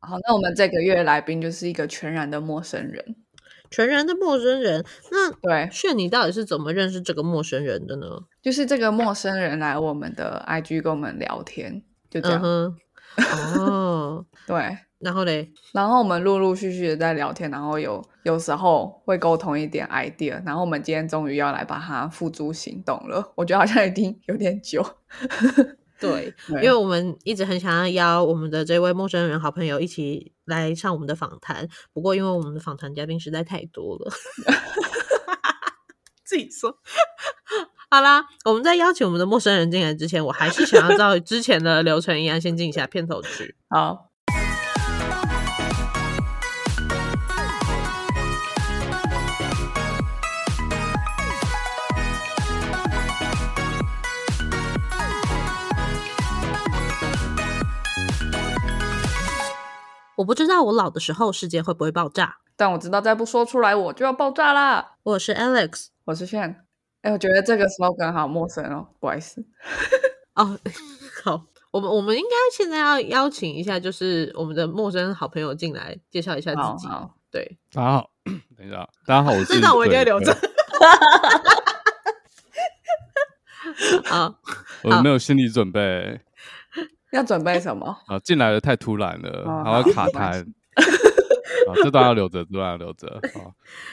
好，那我们这个月来宾就是一个全然的陌生人。全然的陌生人。那对，炫，你到底是怎么认识这个陌生人的呢？就是这个陌生人来我们的 IG 跟我们聊天，就这嗯样。 哼，哦，对，然后嘞，然后我们陆陆续续的在聊天，然后有有时候会沟通一点 idea，然后我们今天终于要来把它付诸行动了。我觉得好像已经有点久，对，对因为我们一直很想要邀我们的这位陌生人好朋友一起来上我们的访谈，不过因为我们的访谈嘉宾实在太多 了，自己说。好啦，我们在邀请我们的陌生人进来之前，我还是想要 照之前的流程一样，先进一下片头曲。好，我不知道我老的时候世界会不会爆炸。但我知道再不说出来我就要爆炸啦。我是 Alex，我是炫，哎，我觉得这个 slogan 好陌生哦，不好意思。哦， 好，我们我们应该现在要邀请一下，就是我们的陌生好朋友进来介绍一下好呃自己。好，对，大家好，等一下，大家好，我是这段我一定要对留着对 啊，我没有心理准备要准备什么？啊，进来的太突然了，哦然好后卡没关痰。啊，这段要留着，这段要留着。好，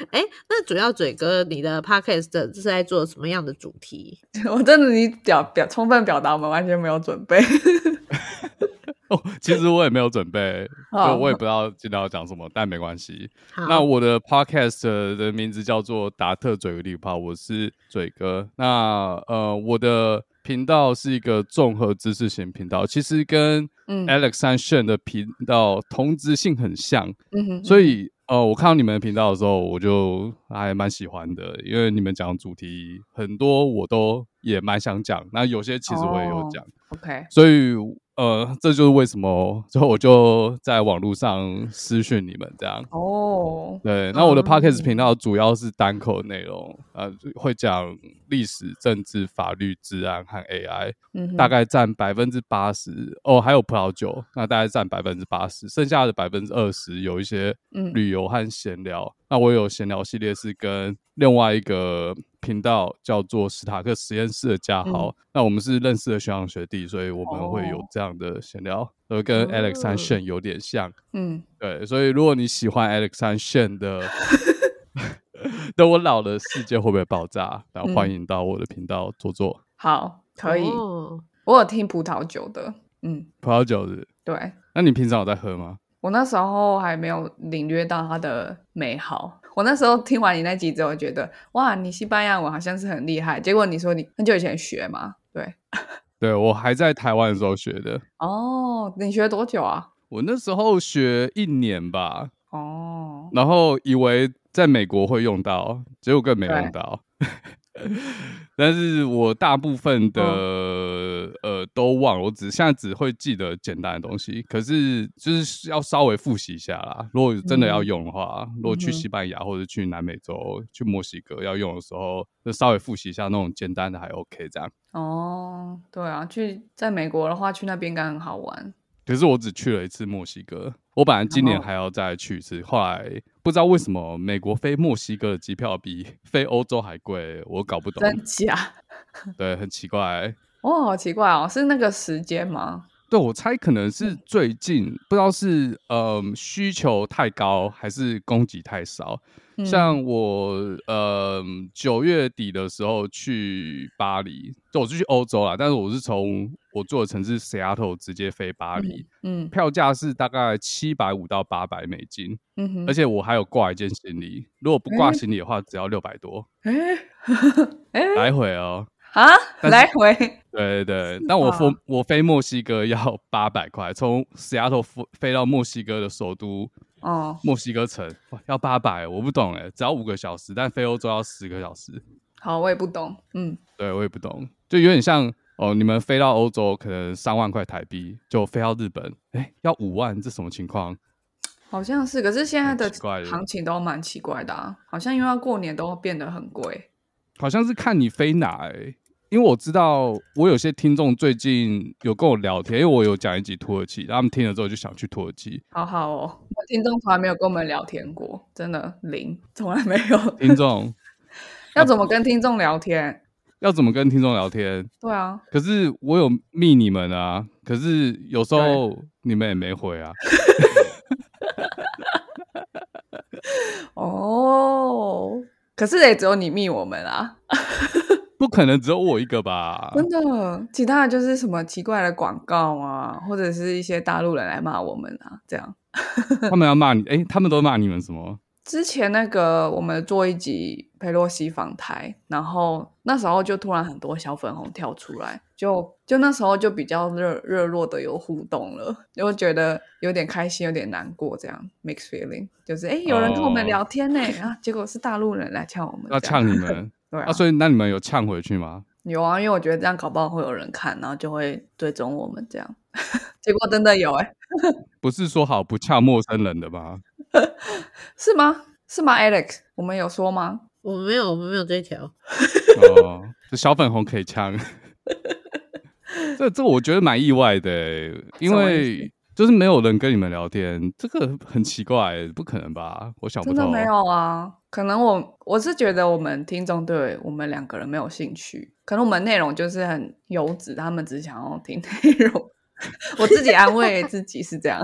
哎，那主要嘴哥，你的 podcast 是在做什么样的主题？ 我真的你表表充分表达，我们完全没有准 备。哦，其实我也没有准备，好就我也不知道今天要讲什么，但没关系。好，那我的 podcast 的名字叫做达特嘴力炮，我是嘴哥。那呃，我的频道是一个综合知识型频道，其实跟嗯 Alex and Shen 的频道同质性很像。嗯哼，所以呃，我看到你们的频道的时候，我就还蛮喜欢的，因为你们讲的主题很多我都也蛮想讲，那有些其实我也有讲， OK，所以呃，这就是为什么就我就在网络上私讯你们这样。哦，对，那我的哦 podcast 频道主要是单口内容，呃，会讲历史、政治、法律、治安和 AI，嗯哼，大概占百分之八十哦，还有葡萄酒，那大概占百分之八十，剩下的百分之二十有一些嗯旅游和闲聊。那我有闲聊系列是跟另外一个频道叫做史塔克实验室的加豪，那我们是认识的学长学弟，所以我们会嗯有哦这样的闲聊，呃，跟 Alex 和嗯 Shen 有点像。嗯，对，所以如果你喜欢 Alex and Shen 的 的我老的世界会不会爆炸？然后欢嗯迎到我的频道坐坐好，可以。哦我有听葡萄酒的，嗯，葡萄酒日。对那你平常有在喝吗？我那时候还没有领略到它的美好。我那时候听完你那集之后，觉得哇，你西班牙文好像是很厉害。结果你说你很久以前学嘛，对，对我还在台湾的时候学的，哦，你学多久啊？我那时候学一年吧，哦，然后以为在美国会用到，结果更没对用到。 但是我大部分的、嗯呃都忘了，我只现在只会记得简单的东西，可是就是要稍微复习一下啦。如果真的要嗯用的话，如果嗯去哼西班牙或者去南美洲、去墨西哥要用的时候，就稍微复习一下那种简单的还 OK 这样。哦，对啊，去在美国的话，去那边应该很好玩。可是我只去了一次墨西哥，我本来今年哦还要再去一次，后来不知道为什么美国飞墨西哥的机票比飞欧洲还贵，我搞不懂，真假？对，很奇怪。哦，好奇怪哦，是那个时间吗？对我猜可能是最近嗯不知道是呃需求太高还是供给太少，嗯、像我呃九月底的时候去巴黎，就我是去欧洲啦，但是我是从我住的城市 Seattle 直接飞巴黎，嗯票价是大概七百五到八百美金。嗯哼而，且我还有挂一件行李，如果不挂诶行李的话，只要六百多哎哎来回哦。啊，但是来回对对是对，但我吧飞我飞墨西哥要八百块，从西雅图飞飞到墨西哥的首都哦，墨西哥城哇要八百，我不懂哎，只要五个小时，但飞欧洲要十个小时，好，我也不懂，嗯，对我也不懂，就有点像哦，你们飞到欧洲可能三万块台币，就飞到日本，哎，要五万，这什么情况？好像是，可是现在很的奇怪的行情都蛮奇怪的啊，好像因为要过年都变得很贵。好像是看你飞哪哎，因为我知道我有些听众最近有跟我聊天，因为我有讲一集土耳其，他们听了之后就想去土耳其。好好哦，我听众从来没有跟我们聊天过，真的零，从来没有。听 众要怎么跟听众聊天？要怎么跟听众聊天？对啊，可是我有密你们啊，可是有时候你们也没回啊。哦，可是也只有你密我们啊，不可能只有我一个 吧？真的，其他的就是什么奇怪的广告啊，或者是一些大陆人来骂我们啊，这样。他们要骂你，哎、他们都骂你们什么？之前那个我们做一集佩洛西访台，然后那时候就突然很多小粉红跳出来，就就那时候就比较热热络的有互动了，就觉得有点开心，有点难过，这样 mixed feeling，就是哎、诶有人跟我们哦聊天呢、然后结果是大陆人来呛我们，要这样呛你们 对啊啊？，所以那你们有呛回去吗？有啊，因为我觉得这样搞不好会有人看，然后就会追踪我们 这样，结果真的有哎、不是说好不呛陌生人的吗？是吗？是吗，Alex？我们有说吗？我没有，我们没有这条。哦，这小粉红可以 呛。这这我觉得蛮意外的欸、因什么意为就是没有人跟你们聊天，这个很奇怪欸、不可能吧？我想不真透。的没有啊，可能我我是觉得我们听众对我们两个人没有兴趣，可能我们内容就是很油脂，他们只想要听内容。 我自己安慰自己是这样，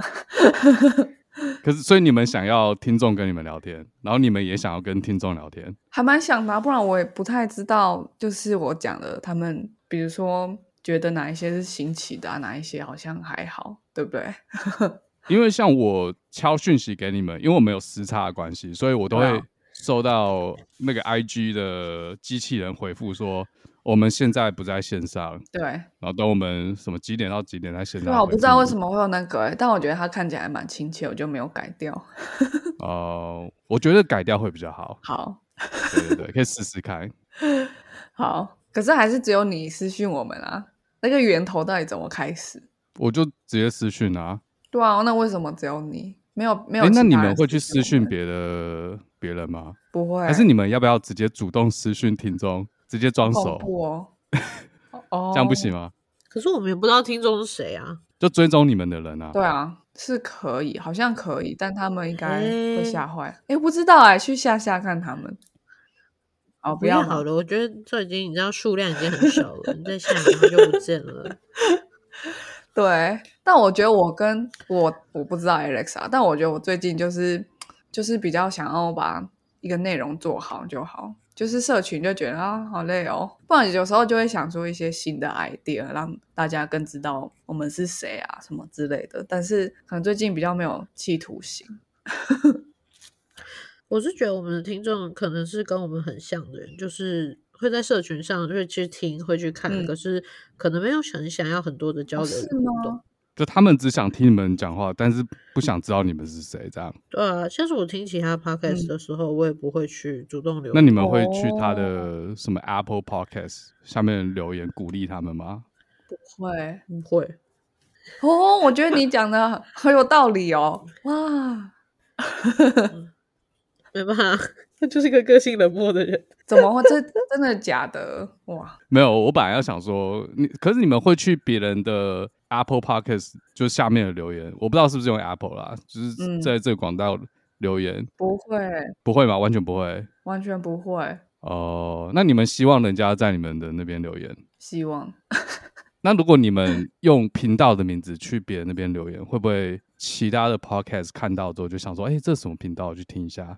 可是，所以你们想要听众跟你们聊天，然后你们也想要跟听众聊天，还蛮想的啊、不然我也不太知道，就是我讲的他们，比如说觉得哪一些是新奇的、啊，哪一些好像还好，对不对？因为像我敲讯息给你们，因为我们有时差的关系，所以我都对会啊收到那个 IG 的机器人回复说。我们现在不在线上，对，然后等我们什么几点到几点在线上回对复？啊，我不知道为什么会有那个欸、但我觉得他看起来还蛮亲切，我就没有改掉。哦、我觉得改掉会比较好。好，对 对对，可以试试看。好，可是还是只有你私讯我们啊。那个源头到底怎么开始？我就直接私讯啊。对啊，那为什么只有你没有没哎、有其他那人你我们们？会去私讯别的别人吗？不会？还是你们要不要直接主动私讯听众，直接装好恐？熟怖哦？哦， 这样不行。吗？可是我们也不知道听众是谁啊。就追踪你们的人啊。对啊，是可以，好像可以，但他们应该诶会吓坏。哎、不知道哎、去吓吓看他们。哦，不要要嘛好了，我觉得这已经你知道数量已经很少了，你再下面它就不见了。对，但我觉得我跟我我不知道 Alex 啊，但我觉得我最近就是就是比较想要把一个内容做好就好，就是社群就觉得啊好累哦，不然有时候就会想出一些新的 idea，让大家更知道我们是谁啊什么之类的，但是可能最近比较没有企图心。我是觉得我们的听众可能是跟我们很像的人，就是会在社群上会去听、会去看，嗯可是可能没有很想要很多的交哦流是与互动。就他们只想听你们讲话，但是不想知道你们是谁。这样，对啊，像是我听其他 podcast 嗯的时候，我也不会去主动留言。那你们会去哦他的什么 Apple Podcast 下面留言鼓励他们吗？会不会？哦，我觉得你讲的很有道理哦，哇，没办法， 他就是一个个性冷漠的人。怎么会这真的假的哇？没有，我本来要想说，你可是你们会去别人的 Apple Podcast 就下面的留言，我不知道是不是用 Apple 啦，就是嗯在这个广告留言、不会，不会吗？完全不会完全不会。哦、那你们希望人家在你们的那边留言？希望那如果 你们用频道的名字去别人那边留言，会不会其他的 podcast 看到之后就想说，哎、这是什么频道？我去听一下，然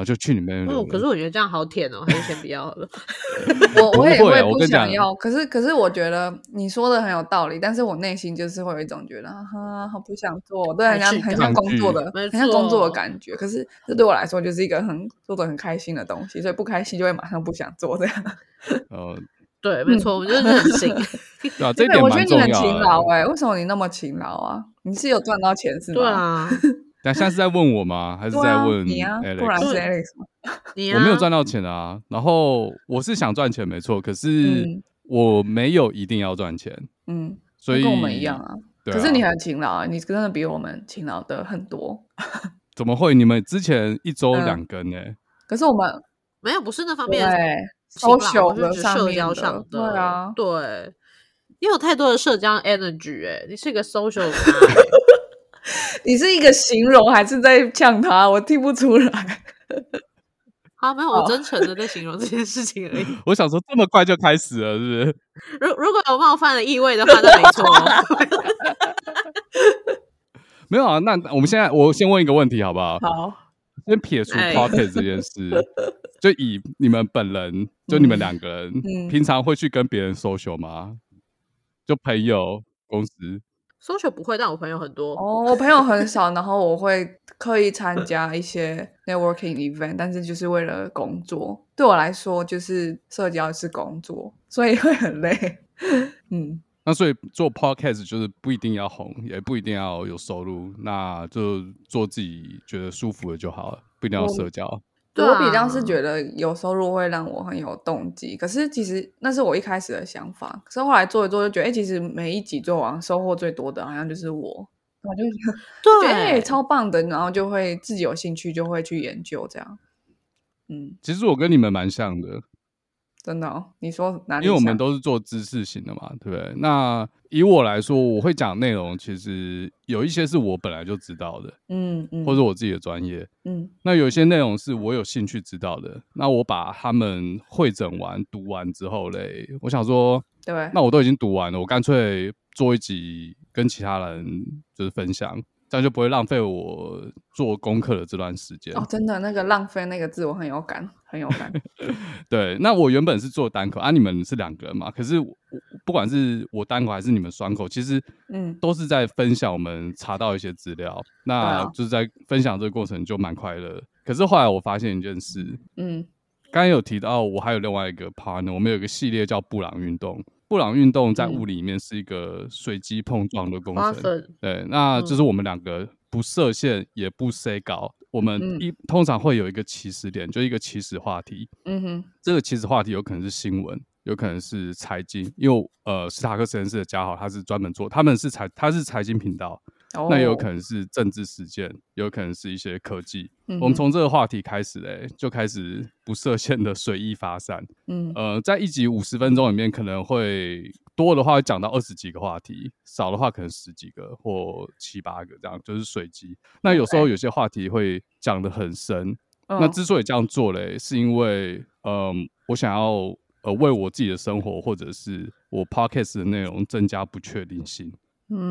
后就去你们那边留哦，言可是我觉得这样好舔哦，还是先不要好了。 我不我也会会啊我不跟你想讲要，可是可是我觉得你说的很有道理，但是我内心就是会有一种觉得，啊哈，好不想做，对，很像抗很像工作拒的，没很像工作的错感觉。可是这对我来说就是一个很做的很开心的东西，所以不开心就会马上不想做这样。呃，对，没错，我们就是任性。对啊， 这一对，点我觉得蛮你重很要勤劳的。哎、为什么你那么勤劳啊？你是有赚到钱是吗？对，啊，但现在是在问我吗？还是对在啊，问你啊， Alex？不然是对 Alex 吗？你我啊，没有赚到钱啊。然后我是想赚钱，没错，可是嗯我没有一定要赚钱，嗯，所以跟我们一样。啊。对啊可是你很勤劳啊，你真的比我们勤劳的很多。怎么会？你们之前一周嗯两更呢、可是我们没有，不是那方面的对，情都啦，朽不是了指上社面交的上对啊对，你有太多的社交 energy 哎、你是一个 social 咖欸你是一个形容还是在呛他？我听不出来。好，没有，我好真诚的在形容这件事 情而已。我想说，这么快就开始了，是不是？如如果有冒犯的意味的话，那没错哦。没有啊，那我们现在我先问一个问题，好不好？ 好，先撇除哎 pocket 这件 事，就以你们本人，就你们两个人，嗯平常会去跟别人 social 吗？就朋友、公司， social 不会，但我朋友很多。哦，我朋友很少，然后我会刻意参加一 些 networking event，但是就是为了工作。对我来说，就是社交是工作，所以会很累。 嗯，那所以做 podcast 就是不一定要红，也不一定要有收入，那就做自己觉得舒服的就好了，不一定要社交。对我比较啊是觉得有收入会让我很有动机，可是其实那是我一开始的想法，可是后来做一做就觉得，哎、其实每一集做完收获最多的好像就是我，我啊就觉得对，哎、超棒的，然后就会自己有兴趣就会去研究这样。嗯，其实我跟你们蛮像的，真的、哦，你说哪里像？因为我们都是做知识型的嘛，对不对？那以我来说，我会讲内容，其实有一些是我本来就知道的，嗯嗯，或者我自己的专业。嗯那有些内容是我有兴趣知道的，那我把他们会诊完、读完之后嘞，我想说，对，哦那我都已经读完了，我干脆做一集跟其他人就是分享，这样就不会浪费我做功课的这段时间。哦，真的那个浪费那个字我很有感，很有感。对，那我原本是做单口啊，你们是两个人嘛，可是我不管是我单口还是你们双口，其实嗯都是在分享我们查到一些资料，那对啊就是在分享这个过程就蛮快乐的。可是后来我发现一件事，嗯刚才有提到，我还有另外一个 partner，我们有一个系列叫布朗运动。布朗运动在嗯物理里面是一个随机碰撞的工哇程，塞，对，那就是嗯我们两个不设限也不塞稿，我们嗯一通常会有一个起始点，就一个起始话题。嗯哼，这个起始话题有可能是新闻，有可能是财经，因为呃，斯塔克实验室的嘉豪他是专门做，他们是财他是财经频道，哦，那也有可能是政治事件，也有可能是一些科技。嗯哼，我们从这个话题开始嘞，就开始不设限的随意发散。嗯呃，在一集五十分钟里面，可能会多的话会讲到二十几个话题，少的话可能十几个或七八个这样，就是随机。那有时候有些话题会讲得很深，那嗯之所以这样做嘞，是因为嗯，我想要呃为我自己的生活或者是我 podcast 的内容增加不确定性。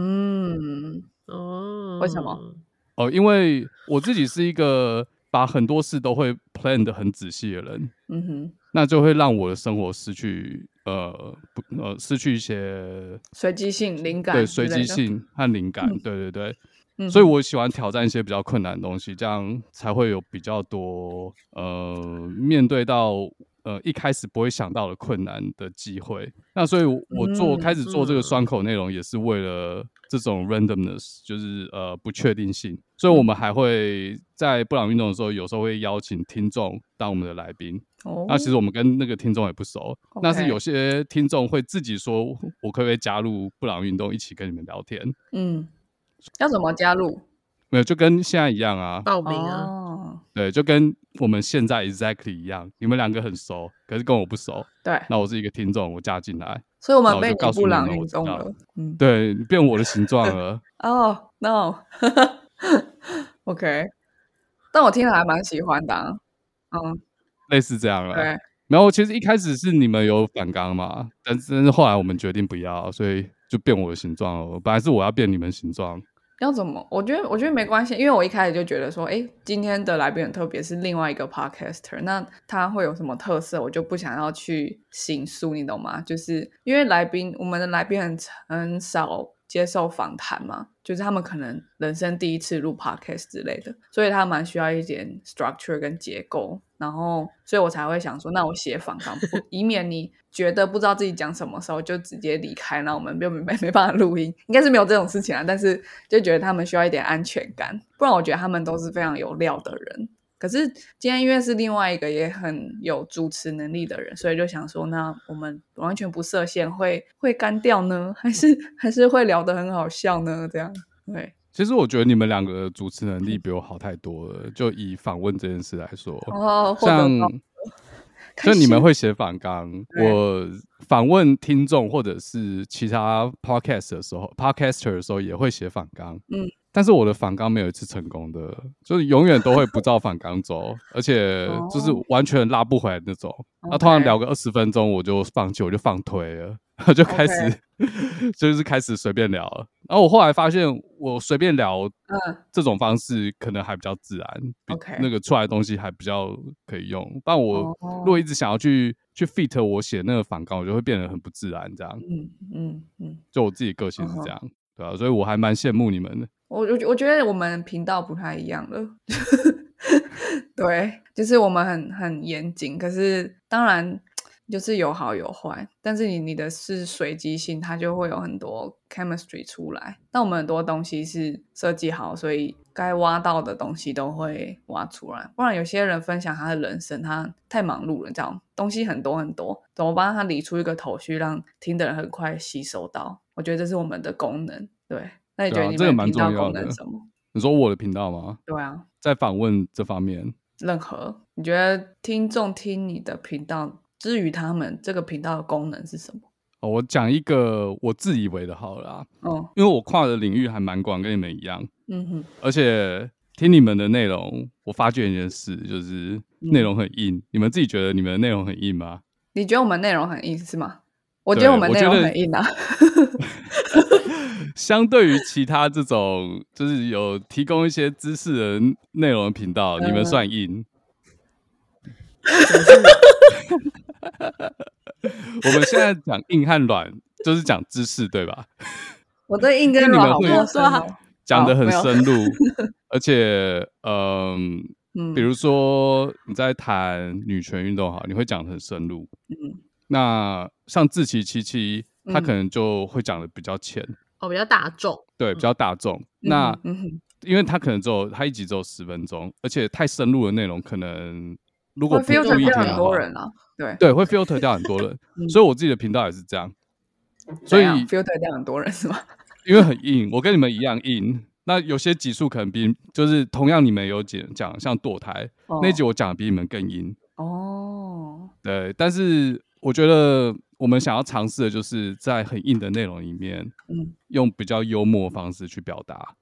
嗯哦，为什么？哦、因为我自己是一个把很多事都会 plan 的很仔细的人，嗯哼，那就会让我的生活失去呃不呃失去一些随机性、灵感对之随类机的，性和灵感，对对对，嗯所以哼我喜欢挑战一些比较困难的东西，这样才会有比较多呃面对到呃一开始不会想到的困难的机会。那所以我，我做、嗯开始做这个嗯双口内容，也是为了这种 randomness，就是呃不确定性。所以嗯我们还会在布朗运动的时候，有时候会邀请听众当我们的来宾。哦，那其实我们跟那个听众也不熟，那是 OK 有些听众会自己说，我可不可以加入布朗运动一起跟你们聊天？嗯，要怎么加入？没有，就跟现在一样啊，报名啊？哦，对，就跟我们现在 exactly 一样，你们两个很熟，可是跟我不熟。对，那我是一个听众，我加进来，所以我那们我被就你告诉布你朗们我运知动道了，嗯，对，你变我的形状了。哦，no，OK，但我听了还蛮喜欢的啊，嗯，类似这样了 对。，然后其实一开始是你们有反刚嘛，但是但是后来我们决定不要，所以就变我的形状了。本来是我要变你们形状，要怎么？我觉得，我觉得没关系，因为我一开始就觉得说，哎，今天的来宾很特别，是另外一个 podcaster，那他会有什么特色，我就不想要去行诉，你懂吗？就是因为来宾，我们的来宾很很少接受访谈嘛，就是他们可能人生第一次录 podcast 之类的，所以他蛮需要一点 structure 跟结构。然后，所以我才会想说，那我写访谈，不 以免你觉得不知道自己讲什么时候就直接离开，那我们就没没没办法 录音，应该是没有这种事情啊。但是就觉得他们需要一点安全感，不然我觉得他们都是非常有料的人。可是今天因为是另外一个也很有主持能力的人，所以就想说，那我们完全不设限会会干掉呢，还是还是会聊得很好笑呢？这样对其实我觉得你们两个的主持能嗯力比我好太多了。就以访问这件事来说，哦，获得像到开就心你们会写访纲，对我访问听众或者是其他 podcast 的时候，podcaster 的时候也会写访纲，嗯，但是我的访纲没有一次成功的，就是永远都会不照访纲 走，而且就是完全拉不回来那种。那、通常哦 OK 聊个二十分钟，我就放弃，我就放推了， 我就开始 就是开始随便聊了。然后我后来发现，我随便聊嗯这种方式可能还比较自然比 OK 那个出来的东西还比较可以用。但我哦如果一直想要去去 fit 我写那个反纲，我就会变得很不自然。这样，嗯嗯嗯，就我自己个性是嗯哼这样，对啊，所以我还蛮羡慕你们的。我我我觉得我们频道不太一样了， 对，就是我们很很严谨，可是当然就是有好有坏，但是你你的是随机性，它就会有很多 chemistry 出来。但我们很多东西是设计好，所以该挖到的东西都会挖出来，不然有些人分享他的人生，他太忙碌了，这样东西很多很多，怎么帮他理出一个头绪，让听的人很快吸收到？我觉得这是我们的功能，对。那你觉对啊得你这个们蛮频道重要功的能是什么？你说我的频道吗？对啊，在访问这方面，任何你觉得听众听你的频道，至于他们这个频道的功能是什么？哦、我讲一个我自以为的好了啊，哦，因为我跨的领域还蛮广，跟你们一样，嗯哼，而且。听你们的内容，我发觉一件事，就是嗯内容很硬。你们自己觉得你们的内容很硬吗？你觉得我们内容很硬是吗？我觉对得我们我内觉容得很硬啊，相对于其他这种就是有提供一些知识的内容的频道，你们嗯算 硬。我们现在讲硬和软，就是讲知识，对吧？我对硬那跟你软们好会陌生哦。讲的很没有深 入，而且，嗯，嗯，比如说你在谈女权运动，哈，你会讲的很深入。嗯那像志奇七七，他嗯可能就会讲的比较浅，哦，比较大众，对，比较大众。那嗯哼嗯哼因为他可能只有他一集只有十分钟，而且太深入的内容可能如果会不注 filter 意听掉的很多话，人啊，对，。对，会 filter 掉很多人 嗯所以我自己的频道也是这样，所怎以样啊 filter 掉很多人是吗？因为很硬，我跟你们一样硬。那有些集数可能比就是同样你们有讲讲像堕胎、那集，我讲的比你们更硬，哦，对。但是我觉得我们想要尝试的就是在很硬的内容里面，嗯，用比较幽默的方式去表达，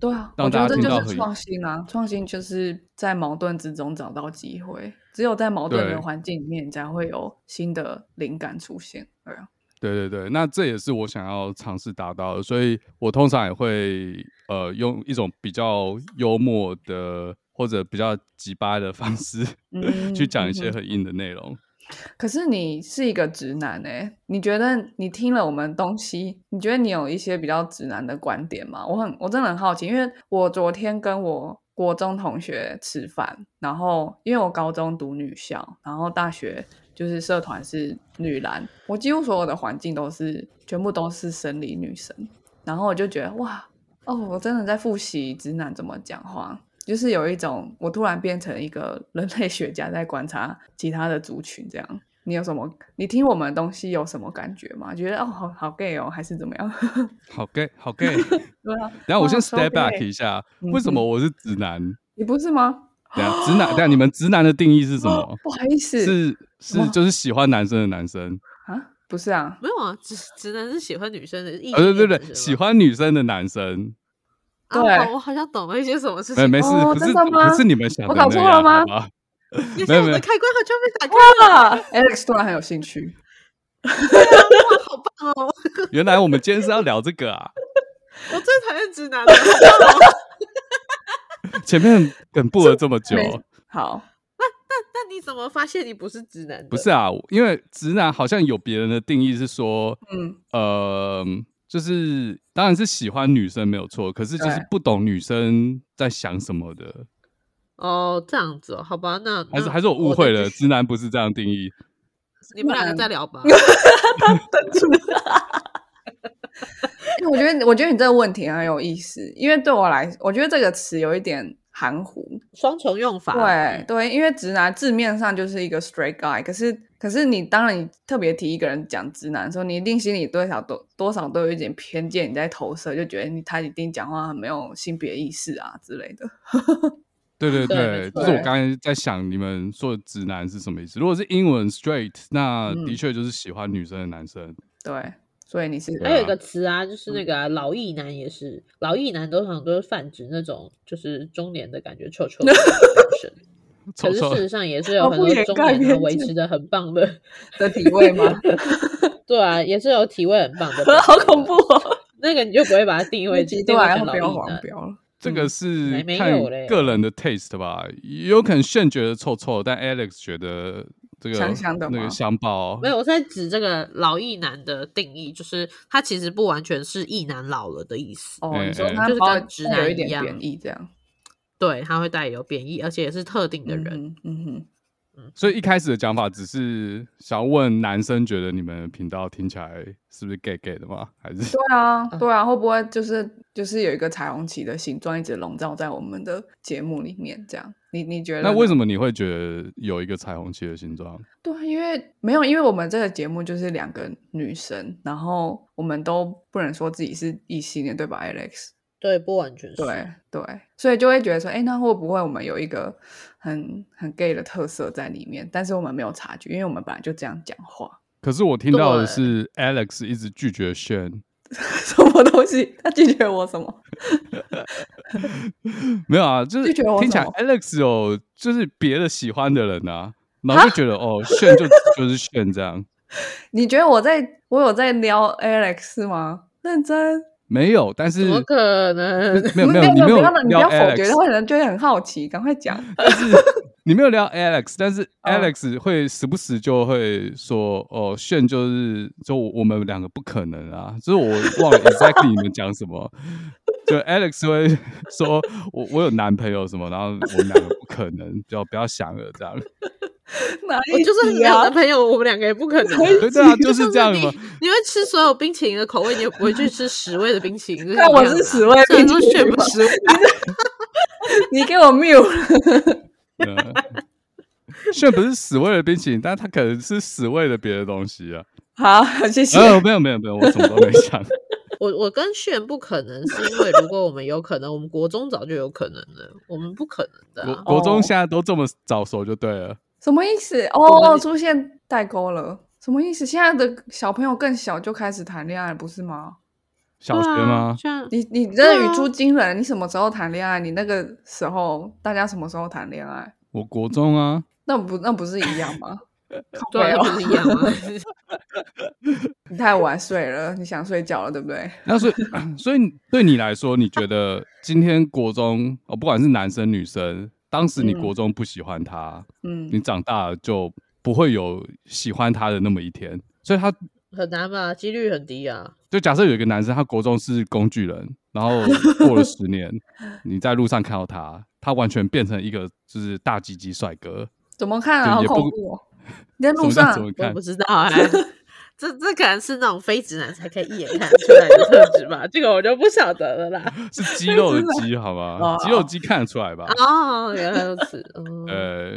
对啊，让我觉大得这家听到就很是创新啊，创新就是在矛盾之中找到机会，只有在矛盾对的环境里面，你才会有新的灵感出现。对啊，对对对，那这也是我想要尝试达到的，所以我通常也会呃用一种比较幽默的或者比较急掰的方式、嗯 去讲一些嗯很硬的内容。可是你是一个直男哎、你觉得你听了我们东西，你觉得你有一些比较直男的观点吗？我很，我真的很好奇，因为我昨天跟我国中同学吃饭，然后因为我高中读女校，然后大学就是社团是女篮，我几乎所有的环境都是全部都是生理女生，然后我就觉得哇，哦，我真的在复习直男怎么讲话，就是有一种我突然变成一个人类学家，在观察其他的族群这样。你有什么？你听我们的东西有什么感觉吗？觉得哦，好好 gay 哦，还是怎么样？ 好 gay，好 gay。对啊，等下我先哇，so step back gay 一下，嗯为什么我是直男？你不是吗？等下直男，等 下你们直男的定义是什么？不好意思，是是哦哇就是喜欢男生的男生，啊，不是啊，没有啊，只只能是喜欢女生的异性呃、恋对的对是吗对，喜欢女生的男生，啊对我懂我好像懂了一些什么事没情，没事，哦不是真的吗不是你们想的我搞那错了样吗好不好你没看有我没有的开关好像被打开，啊，Alex 突然很有兴趣，哇，好棒哦！原来我们今天是要聊这个啊。我最讨厌直 男了，前面梗布了这么久，没好，那你怎么发现你不是直男的？不是啊？因为直男好像有别人的定义是说， 嗯，呃，就是当然是喜欢女生没有错，可是就是对不懂女生在想什么的，哦，这样子哦，好吧，那还是那还是我误会再了，继续直男不是这样定义。你们两个再聊 吧。啊因为我觉得，我觉得你这个问题很有意思，因为对我来，我觉得这个词有一点含糊，双重用法，对对，因为直男字面上就是一个 straight guy，可是可是你当然你特别提一个人讲直男的时候，你一定心里多少多多少都有一点偏见，你在投射，就觉得你他一定讲话很没有性别意识啊之类的。对对对对，没就错是我刚才在想你们说的直男是什么意思。如果是英文 straight，那嗯的确就是喜欢女生的男生。对，所以你是对还有一啊嗯个词啊，就是那个啊、老艺男也是，老艺男通常都是泛指那种就是中年的感觉，臭臭的男 生。臭可是臭事实上也是有好很哦不多掩中盖年人偏维见持的很棒的， 的体位吗？，对啊，也是有体味很棒的 好恐怖！哦！那个你就不会把它定位极定端位还要成老标艺黄男。标了，这个是嗯没没看有嘞个人的 taste 吧，有可能炫觉得臭臭，但 Alex 觉得这个香香的那个吗香爆没有，我在指这个老艺男的定义，就是他其实不完全是艺男老了的意思，哦，你说哎哎他就是包跟直带有男一一点样贬义这样对，他会带有贬义，而且也是特定的人。嗯哼嗯哼。所以一开始的讲法只是想要问男生觉得你们的频道听起来是不是 gay gay 的吗？还是对啊，对啊，会不会就是就是有一个彩虹旗的形状一直笼罩在我们的节目里面？这样，你你觉得呢？那为什么你会觉得有一个彩虹旗的形状？对，啊因为没有，因为我们这个节目就是两个女生，然后我们都不能说自己是异性恋，对吧，Alex？对，不完全是。对对，所以就会觉得说，哎，那会不会我们有一个很很 gay 的特色在里面？但是我们没有察觉，因为我们本来就这样讲话， 可是我听到的对是 Alex 一直拒绝炫，什么东西？他拒绝我什么？没有啊，就是拒绝我听起来什么 Alex 有就是别的喜欢的人啊，然后就觉得哦炫就 就是炫这样，你觉得我在我有在撩 Alex 是吗？认真。没有，但是怎么可 能？没有没没有，你没有不要你不聊要否决，他 Alex，可能就会很好奇，赶快讲。 但是你没有聊 Alex，但是嗯 Alex 会时不时就会说哦，炫就是就我们两个不可能啊，就是我忘了 exactly 你们讲什么，就 Alex 会说我我有男朋友什么，然后我们两个不可能，就不要想了这样。哪我一就是没集有啊男？朋友，我们两个也不可能啊。 对对啊，就就是是这样你嘛。你会吃所有冰淇淋的口味，你也不会去吃十味的冰淇淋。但我是啊十味冰淇淋选不吗十味。你给我 mute 了，嗯炫不是死味的冰淇淋，但他可能是死味的别的东西啊。好，谢谢。呃，没有没有没有，我什么都没想。我我跟炫不可能，是因为如果我们有可能，我们国中早就有可能了，我们不可能 的国啊、国中哦现在都这么早熟就对了。什么意思？我们哦，出现代沟了，什么意思？现在的小朋友更小就开始谈恋爱，不是吗？小学吗？对啊？像你你真的对啊语出惊人，你什么时候谈恋爱？你那个时候大家什么时候谈恋爱？我国中啊，那不那不是一样吗？靠对北啊，哦 那不是一样吗？你太晚睡了，你想睡觉了，对不对？那所以 所以对你来说，你觉得今天国中哦，不管是男生女生，当时你嗯国中不喜欢他，嗯，你长大了就不会有喜欢他的那么一天。所以他很难吧？几率很低啊。就假设有一个男生，他国中是工具人，然后过了十年，你在路上看到他，他完全变成一个就是大鸡鸡帅哥，怎么看就啊？好也不恐怖、哦！你在怎么路看上怎么我看不？知道 哎、这这可能是那种非直男才可以一眼看出来的特质吧，这个我就不晓得了 啦。是肌肉的肌好吗哦？肌肉肌看得出来吧？哦，原来如此。 嗯，呃，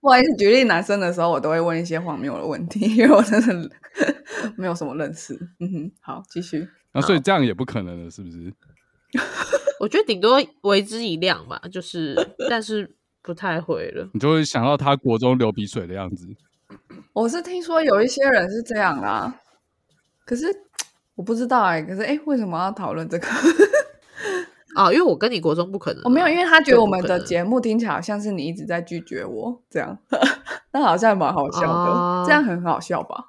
不好意思，举例男生的时候，我都会问一些荒谬的问题，因为我真的 没有什么认识。嗯哼，好，继续。那所以这样也不可能了，是不是？我觉得顶多为之一亮吧，就是，但是不太会了。你就会想到他国中流鼻水的样子。我是听说有一些人是这样啦，可是我不知道哎、可是哎、为什么要讨论这个？ 哦，因为我跟你国中不可能啊，我没有，因为他觉得我们这不可的能节目听起来好像是你一直在拒绝我这样， 那好像蛮好笑的，哦这样很好笑吧？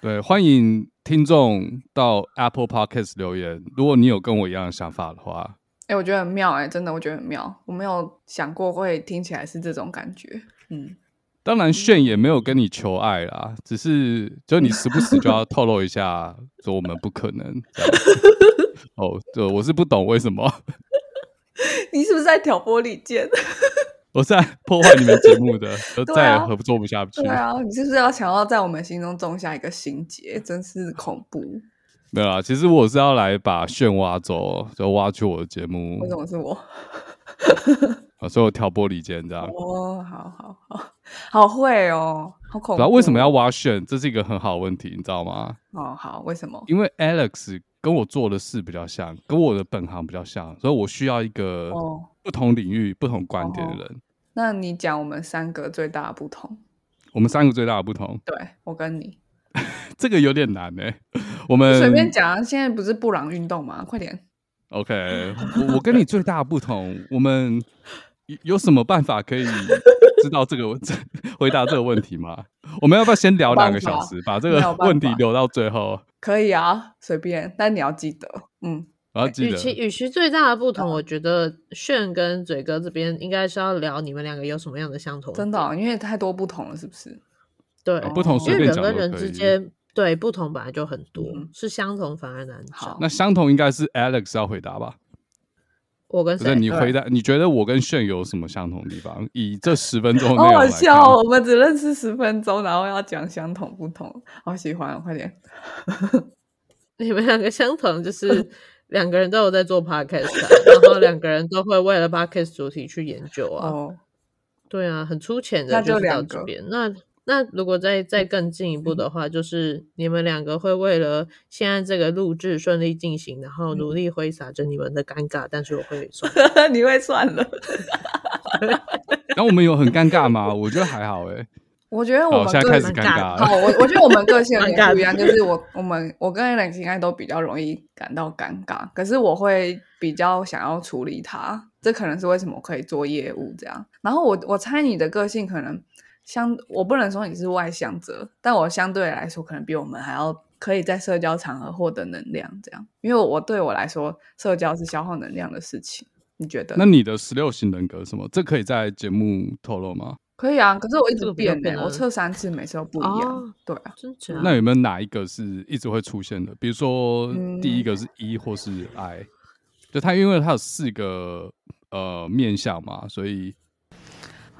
对，欢迎听众到 Apple Podcast 留言，如果你有跟我一样的想法的话，哎、我觉得很妙哎、真的，我觉得很妙，我没有想过会听起来是这种感觉。 嗯，当然炫也没有跟你求爱啦，只是就你时不时就要透露一下，说我们不可能。这样哦，对，我是不懂为什么，你是不是在挑拨离间？我是在破坏你们节目的，就对啊再也合作不下去。对啊，你是不是要想要在我们心中种下一个心结？真是恐怖！没有啊，其实我是要来把炫挖走，就挖去我的节目为，什么是我？啊所以我挑拨离间这样。哦，好好好，好会哦，好恐不知怖。道为什么要挖炫，这是一个很好的问题，你知道吗？哦，好，为什么？因为 Alex 跟我做的事比较像，跟我的本行比较像，所以我需要一个哦不同领域、不同观点的人。那你讲我们三个最大的不同，我们三个最大的不同，对我跟嗯你这个有点难哎、我们随便讲啊，现在不是布朗运动吗？快点， OK，我我跟你最大的不同，我们有有什么办法可以知道这个问 回答这个问题吗？我们要不要先聊两个小时，把这没有个办法问题留到最后？可以啊，随便，但你要记得，嗯，我要记与其得，与其最大的不同，我觉得炫跟嘴哥这边应该是要聊你们两个有什么样的相同。真的哦、因为太多不同了，是不是？对，哦不同因随为便人讲跟都人可之以。间对不同本来就很多，嗯是相同反而难找好。那相同应该是 Alex 要回答吧？我跟不谁是？你对回答，你觉得我跟炫有什么相同的地方？以这十分钟的好内容好来看笑、哦，我们只认识十分钟，然后要讲相同不同，好喜欢、哦，快点。你们两个相同就是两个人都有在做 podcast，、啊、然后两个人都会为了 podcast 主题去研究啊。哦， 对啊，很粗浅的，那就就是到两这个嗯边。那那如果再再更进一步的话，就是你们两个会为了现在这个录制顺利进行，然后嗯努力挥洒着你们的尴尬，但是我会 算你会算了。然后我们有很尴尬吗？ 我觉得还好哎、我觉得好，我们现在个开人始蛮尴尬尬的了。哦，我我觉得我们个性有尴点尬不一 样，就是我我们我跟 Alex 应该都比较容易感到尴尬，可是我会比较想要处理它，这可能是为什么我可以做业务这样。然后我我猜你的个性可能相，我不能说你是外向者，但我相对来说可能比我们还要。可以在社交场合获得能量，这样，因为我对我来说，社交是消耗能量的事情。你觉得？那你的十六型人格是什么？这可以在节目透露吗？可以啊，可是我一这直个比较变呢、困我难测三次，每次都不一样。哦对啊，真假？那有没有哪一个是一直会出现的？比如说嗯第一个是 E 或是 I，、就它因为它有四个呃面相嘛，所以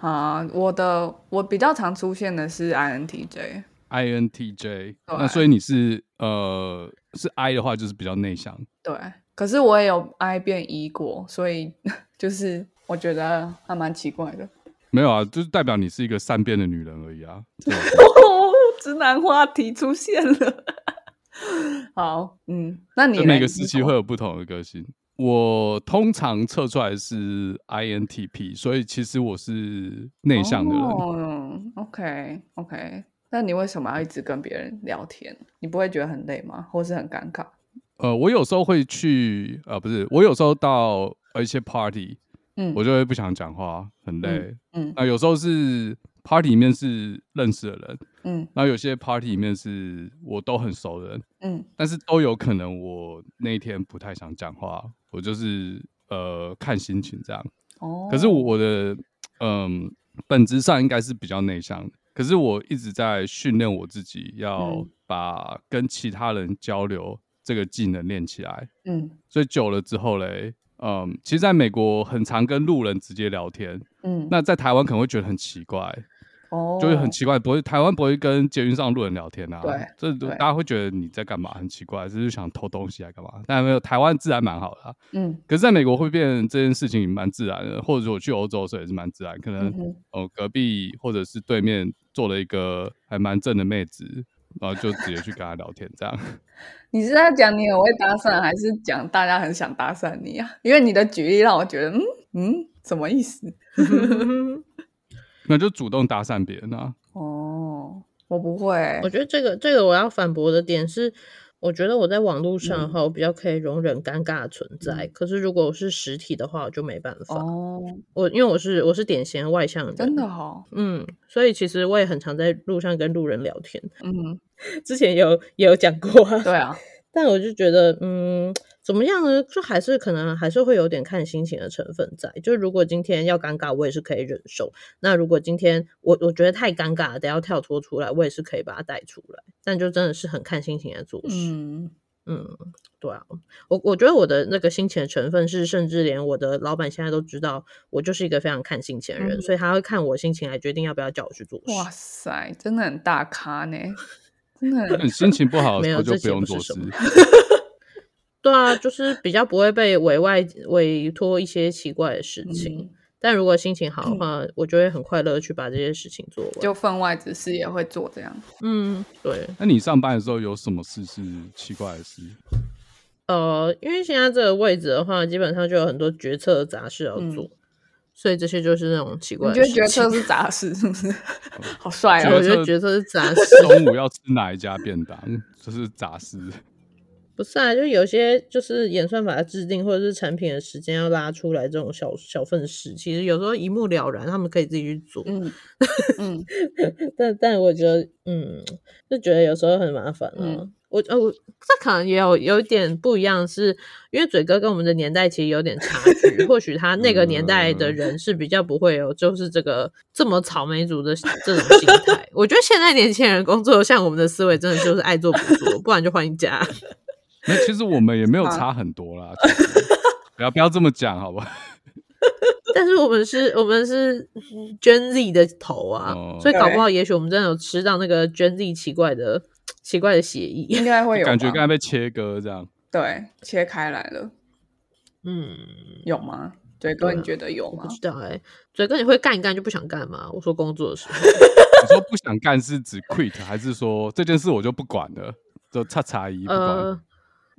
啊，我的我比较常出现的是 INTJ， INTJ。那所以你是呃是 I 的话，就是比较内向。对，可是我也有 I 变 E 过，所以就是我觉得还蛮奇怪的。 没有啊，就是代表你是一个善变的女人而已啊。对吧哦，直男话题出现了。 好，嗯，那你就嘞每个你时是期什么会有不同的个性。我通常测出来是 INTP，所以其实我是内向的人。哦，OK OK，那你为什么要一直跟别人聊天？你不会觉得很累吗？或是很尴尬？呃，我有时候会去，呃，不是，我有时候到呃一些 party，嗯我就会不想讲话，很累。嗯那、有时候是 party 里面是认识的人，嗯那有些 party 里面是我都很熟的人，嗯但是都有可能我那一天不太想讲话，我就是呃看心情这样。哦，可是我的嗯、本质上应该是比较内向的，可是我一直在训练我自己，要嗯把跟其他人交流这个技能练起来。嗯所以久了之后嘞，嗯，其实在美国很常跟路人直接聊天，嗯，那在台湾可能会觉得很奇怪，哦，就会很奇怪，不会台湾不会跟捷运上路人聊天啊，对这都对大家会觉得你在干嘛，很奇怪，就是想偷东西啊干嘛？但没有台湾治安蛮好的啊、嗯可是在美国会变这件事情蛮自然的，或者我去欧洲的时候也是蛮自然，可能嗯哼哦隔壁或者是对面坐了一个还蛮正的妹子，然后就直接去跟她聊天这样。 你是在讲你很会搭讪，还是讲大家很想搭讪你啊？因为你的举例让我觉得，嗯嗯，什么意思？那就主动搭讪别人啊，哦，我不会、 我觉得这个这个我要反驳的点是，我觉得我在网络嗯上的话，我比较可以容忍尴尬的存在，可是如果我是实体的话，我就没办法。哦，我因为我是我是典型的外向人，真的。哦，嗯，所以其实我也很常在路上跟路人聊天，嗯，之前有也有讲过、啊，对啊， 但我就觉得，嗯，怎么样呢？就还是可能还是会有点看心情的成分在。就如果今天要尴尬，我也是可以忍受；那如果今天我我觉得太尴尬了，得要跳脱出来，我也是可以把它带出来。但就真的是很看心情来做事。嗯，嗯对啊，我我觉得我的那个心情的成分是，甚至连我的老板现在都知道，我就是一个非常看心情的人，嗯所以他会看我心情来决定要不要叫我去做事。哇塞，真的很大咖呢，真的那你很，心情不好的没时有候就这不些用不是做什事。么对啊，就是比较不会被委外委托一些奇怪的事情。嗯，但如果心情好的话，我就会很快乐地去把这些事情做完。就分外之事也会做这样。嗯，对，那你上班的时候有什么事是奇怪的事？呃，因为现在这个位置的话，基本上就有很多决策杂事要做，所以这些就是那种奇嗯怪你的觉事得决情。策是 杂事是不是？ 好帅决我哦！觉得策决策是杂事，中午要吃哪一家便当，这是 杂事。不是啊，就有些就是演算法的制定或者是产品的时间要拉出来这种小小份事，其实有时候一目了然，他们可以自己去做。嗯嗯，但但我觉得，嗯，就觉得有时候很麻烦啊。嗯我呃，我这可能也有有一点不一样是，因为嘴哥跟我们的年代其实有点差距， 或许他那个年代的人是比较不会有就是这个这么草莓族的这种心态。我觉得现在年轻人工作像我们的思维真的就是爱做不做，不然就换一家。那其实我们也没有差很多啦，其实不要不要这么讲，好吧？但是我们是，我们是 Gen Z 的头啊，哦所以搞不好也许我们真的有吃到那个 Gen Z 奇怪的奇怪的协议。应该会有吧感觉刚才被切割这样。对切开来了，嗯，有吗？对对哥，啊你觉得有我吗不？知道哎、嘴哥你会干一干就不想干吗？我说工作的时候，你说不想干是指 quit，还是说这件事我就不管了，就差差一不管？呃，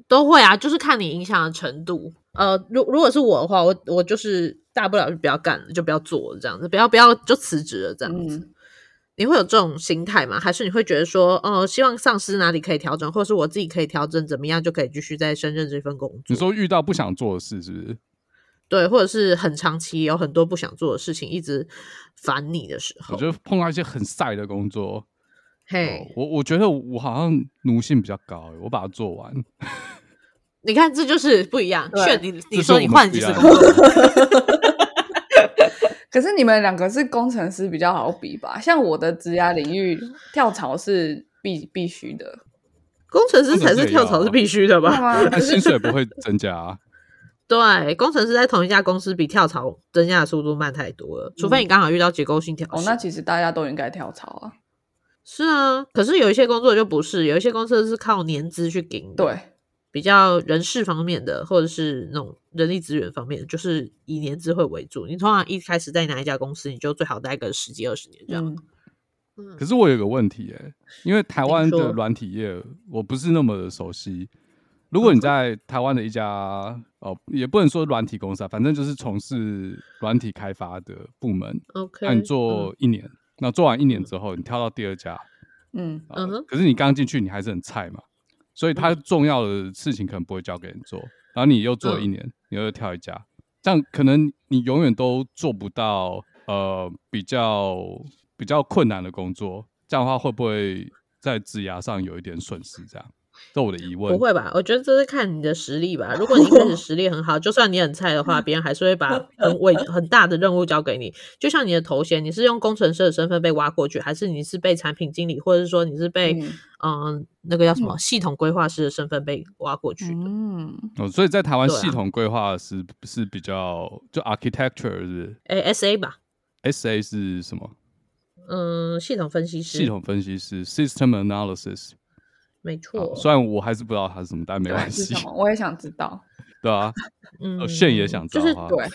都会啊，就是看你影响的程度。呃，如如果是我的话，我我就是大不了就不要干了，就不要做了这样子，不要不要就辞职了这样子。嗯你会有这种心态吗？还是你会觉得说，哦、希望上司哪里可以调整，或是我自己可以调整，怎么样就可以继续在深圳这份工作？你说遇到不想做的事是不是？对，或者是很长期有很多不想做的事情一直烦你的时候，我觉得碰到一些很晒的工作，嘿哦我我觉得我好像奴性比较高，欸我把它做完。你看这就是不一样。对炫你，你这是说我你们换不几一次样工作，可是你们两个是工程师比较好比吧？像我的职涯领域，跳槽是必必须的，啊工程师工程才师是也跳要槽啊是必须的吧？吗？ 但薪水不会增加、啊，对，工程师在同一家公司比跳槽增加的速度慢太多了，除非你刚好遇到结构性调嗯哦，试。那其实大家都应该跳槽啊。是啊，可是有一些工作就不是，有一些公司是靠年资去给你，，对，比较人事方面的，或者是那种人力资源方面的，就是以年资会为主。你通常一开始在哪一家公司，你就最好待个十几二十年这样。嗯，可是我有个问题哎、因为台湾请的说软体业我不是那么的熟悉。如嗯果你在台湾的一家哦，也不能说软体公司啊，反正就是从事软体开发的部门， OK，嗯那你做一年，那做完一年之后，你跳到第二家，嗯，呃嗯哼嗯可是你刚进去，你还是很菜嘛，所以他重要的事情可能不会交给你做，然后你又做了一年，你又跳一家，这样可能你永远都做不到呃比较比较困难的工作，这样的话会不会在职涯上有一点损失？这样，这我的疑嗯问。不会吧？我觉得这是看你的实力吧。如果你一 开始实力很好，就算你很菜的话，别人还是会把很伟很大的任务交给你。就像你的头衔，你是用工程师的身份被挖过去，还是你是被产品经理，或者是说你是被嗯嗯、呃那个叫什么系统规划师的身份被挖过去的？嗯，哦，所以在台湾对啊系统规划是、是比较就 architecture 是诶 s a 吧，不是 SA 是什么？嗯，系统分析师，系统分析师 system analysis。没好错，虽然我还是不知道它是什么，但没对，关是系什，么？我也想知道。对 啊。嗯，哦，炫也想知就道是啊。对，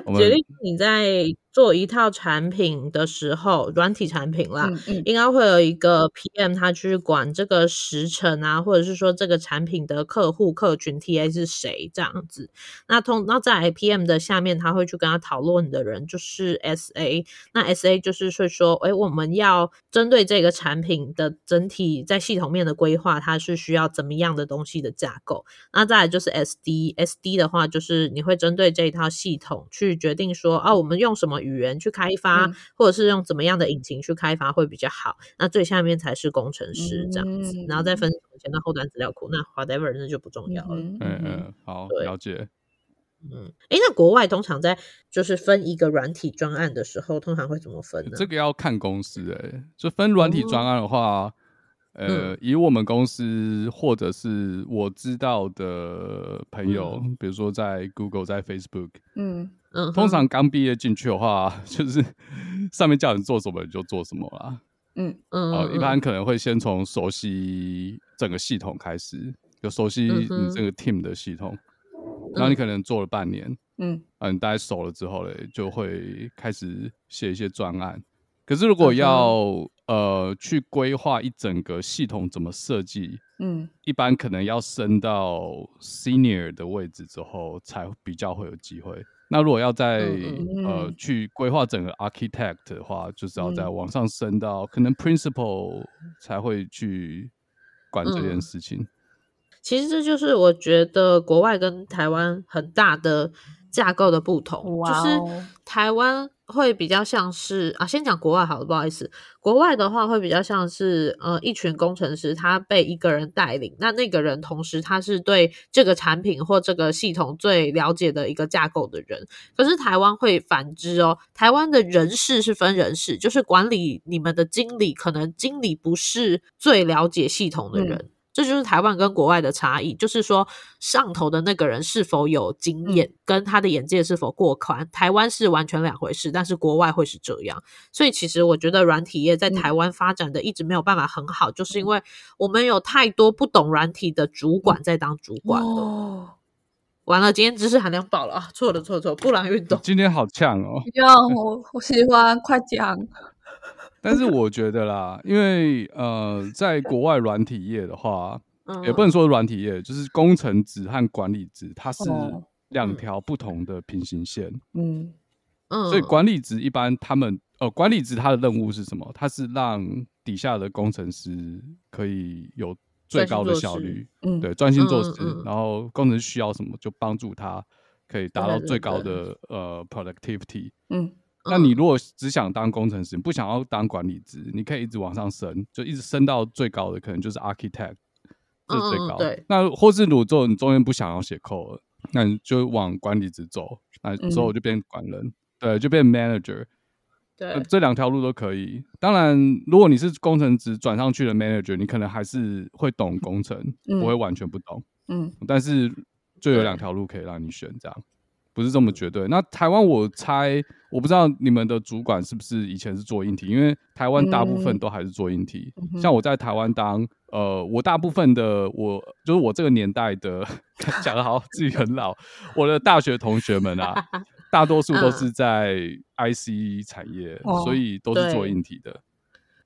我决们定你在做一套产品的时候，软体产品啦，嗯嗯应该会有一个 PM 他去管这个时程啊，或者是说这个产品的客户客群 TA 是谁这样子。那通那在 PM 的下面，他会去跟他讨论的人就是 SA，那 SA 就是会说，哎，我们要针对这个产品的整体在系统面的规划，它是需要怎么样的东西的架构。那再来就是 SD，SD 的话就是你会针对这一套系统去决定说，啊，我们用什么语言去开发，嗯或者是用怎么样的引擎去开发会比较好。那最下面才是工程师这样子，然后再分从前到后端资料库。那 whatever 那就不重哎要了。嗯嗯哼嗯，好对了解。嗯，诶，那国外通常在就是分一个软体专案的时候，通常会怎么分呢？这个要看公司诶、就分软体哦专案的话，呃，嗯以我们公司或者是我知道的朋友，比如说在 Google、在 Facebook，嗯嗯，通常刚毕业进去的话， 就是上面叫你做什么你就做什么啦。嗯嗯，哦，嗯一般可能会先从熟悉整个系统开始，就熟悉嗯你哼嗯这个 team 的系统，然后你可能做了半年，嗯嗯，大家嗯熟了之后嘞，就会开始写一些专案。可是如果要、呃去规划一整个系统怎么设计，嗯，一般可能要升到 senior 的位置之后，才比较会有机会。那如果要在、嗯嗯呃嗯去规划整个 architect 的话，就是要在嗯往上升到、可能 principal 才会去管这件嗯事情。其实这就是我觉得国外跟台湾很大的架构的不同，哇就哦是台湾会比较像是啊，先讲国外好了，不好意思，国外的话会比较像是呃一群工程师，他被一个人带领，那那个人同时他是对这个产品或这个系统最了解的一个架构的人，可是台湾会反之哦，台湾的人事是分人事，就是管理你们的经理，可能经理不是最了解系统嗯的人。这就是台湾跟国外的差异，就是说上头的那个人是否有嗯经验，跟他的眼界是否过宽，台湾是完全两回事，但是国外会是这样。所以其实我觉得软体业嗯在台湾发展的一直没有办法很好，就是因为我们有太多不懂软体的主嗯管在当主管了。哦，完了，今天知识含量爆了啊！错了错了错了，布朗运动。今天好呛哦，要我我喜欢，快讲，但是我觉得啦，因为呃，在国外软体业的 话，嗯也不能说软体业，就是工程职和管理职，它是哦两条不同的平行线。嗯嗯，所以管理职一般他们呃，管理职它的任务是什么？它是让底下的工程师可以有最高的效率，嗯，对，专心做嗯事。嗯嗯然后工程师需要什么，就帮助他可以达到对对最高对的呃 productivity。嗯那你如果只想当工程师，不想要当管理职，你可以一直往上升，就一直升到最高的，可能就是 architect，这是最嗯嗯高。对那或是如果做你中间不想要写 code，了那你就往管理职走，那之嗯后就变管人，对，就变 manager。对呃，这两条路都可以。当然，如果你是工程职转上去的 manager，你可能还是会懂工程，嗯不会完全不懂。嗯但是就有对两条路可以让你选，这样不是这么绝对。那台湾我猜，我不知道你们的主管是不是以前是做硬体，因为台湾大部分嗯都还是做硬体。嗯哼像我在台湾当呃，我大部分的我就是我这个年代的， 讲的好像自己很老，我的大学同学们 啊，大多数都是在 IC 产业，嗯哦嗯所以都是做对硬体的。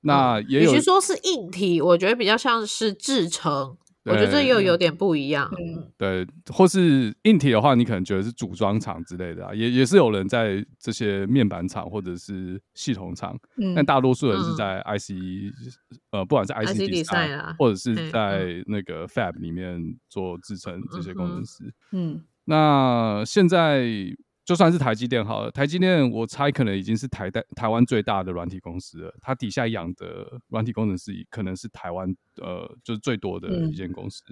那也与有其说是硬体，我觉得比较像是制成，我觉得这对又有点不一样。嗯对，或是硬体的话，你可能觉得是组装厂之类的啊，也也是有人在这些面板厂或者是系统厂，嗯，但大多数人是嗯在 IC，、呃，不管是 IC IC design 啊或者是嘿在那个 Fab 里面做制程这些工嗯程哼师。嗯那现在就算是台积电好了，台积电我猜可能已经是台代台湾最大的软体公司了，它底下养的软体工程师可能是台湾呃就是最多的嗯一间公司，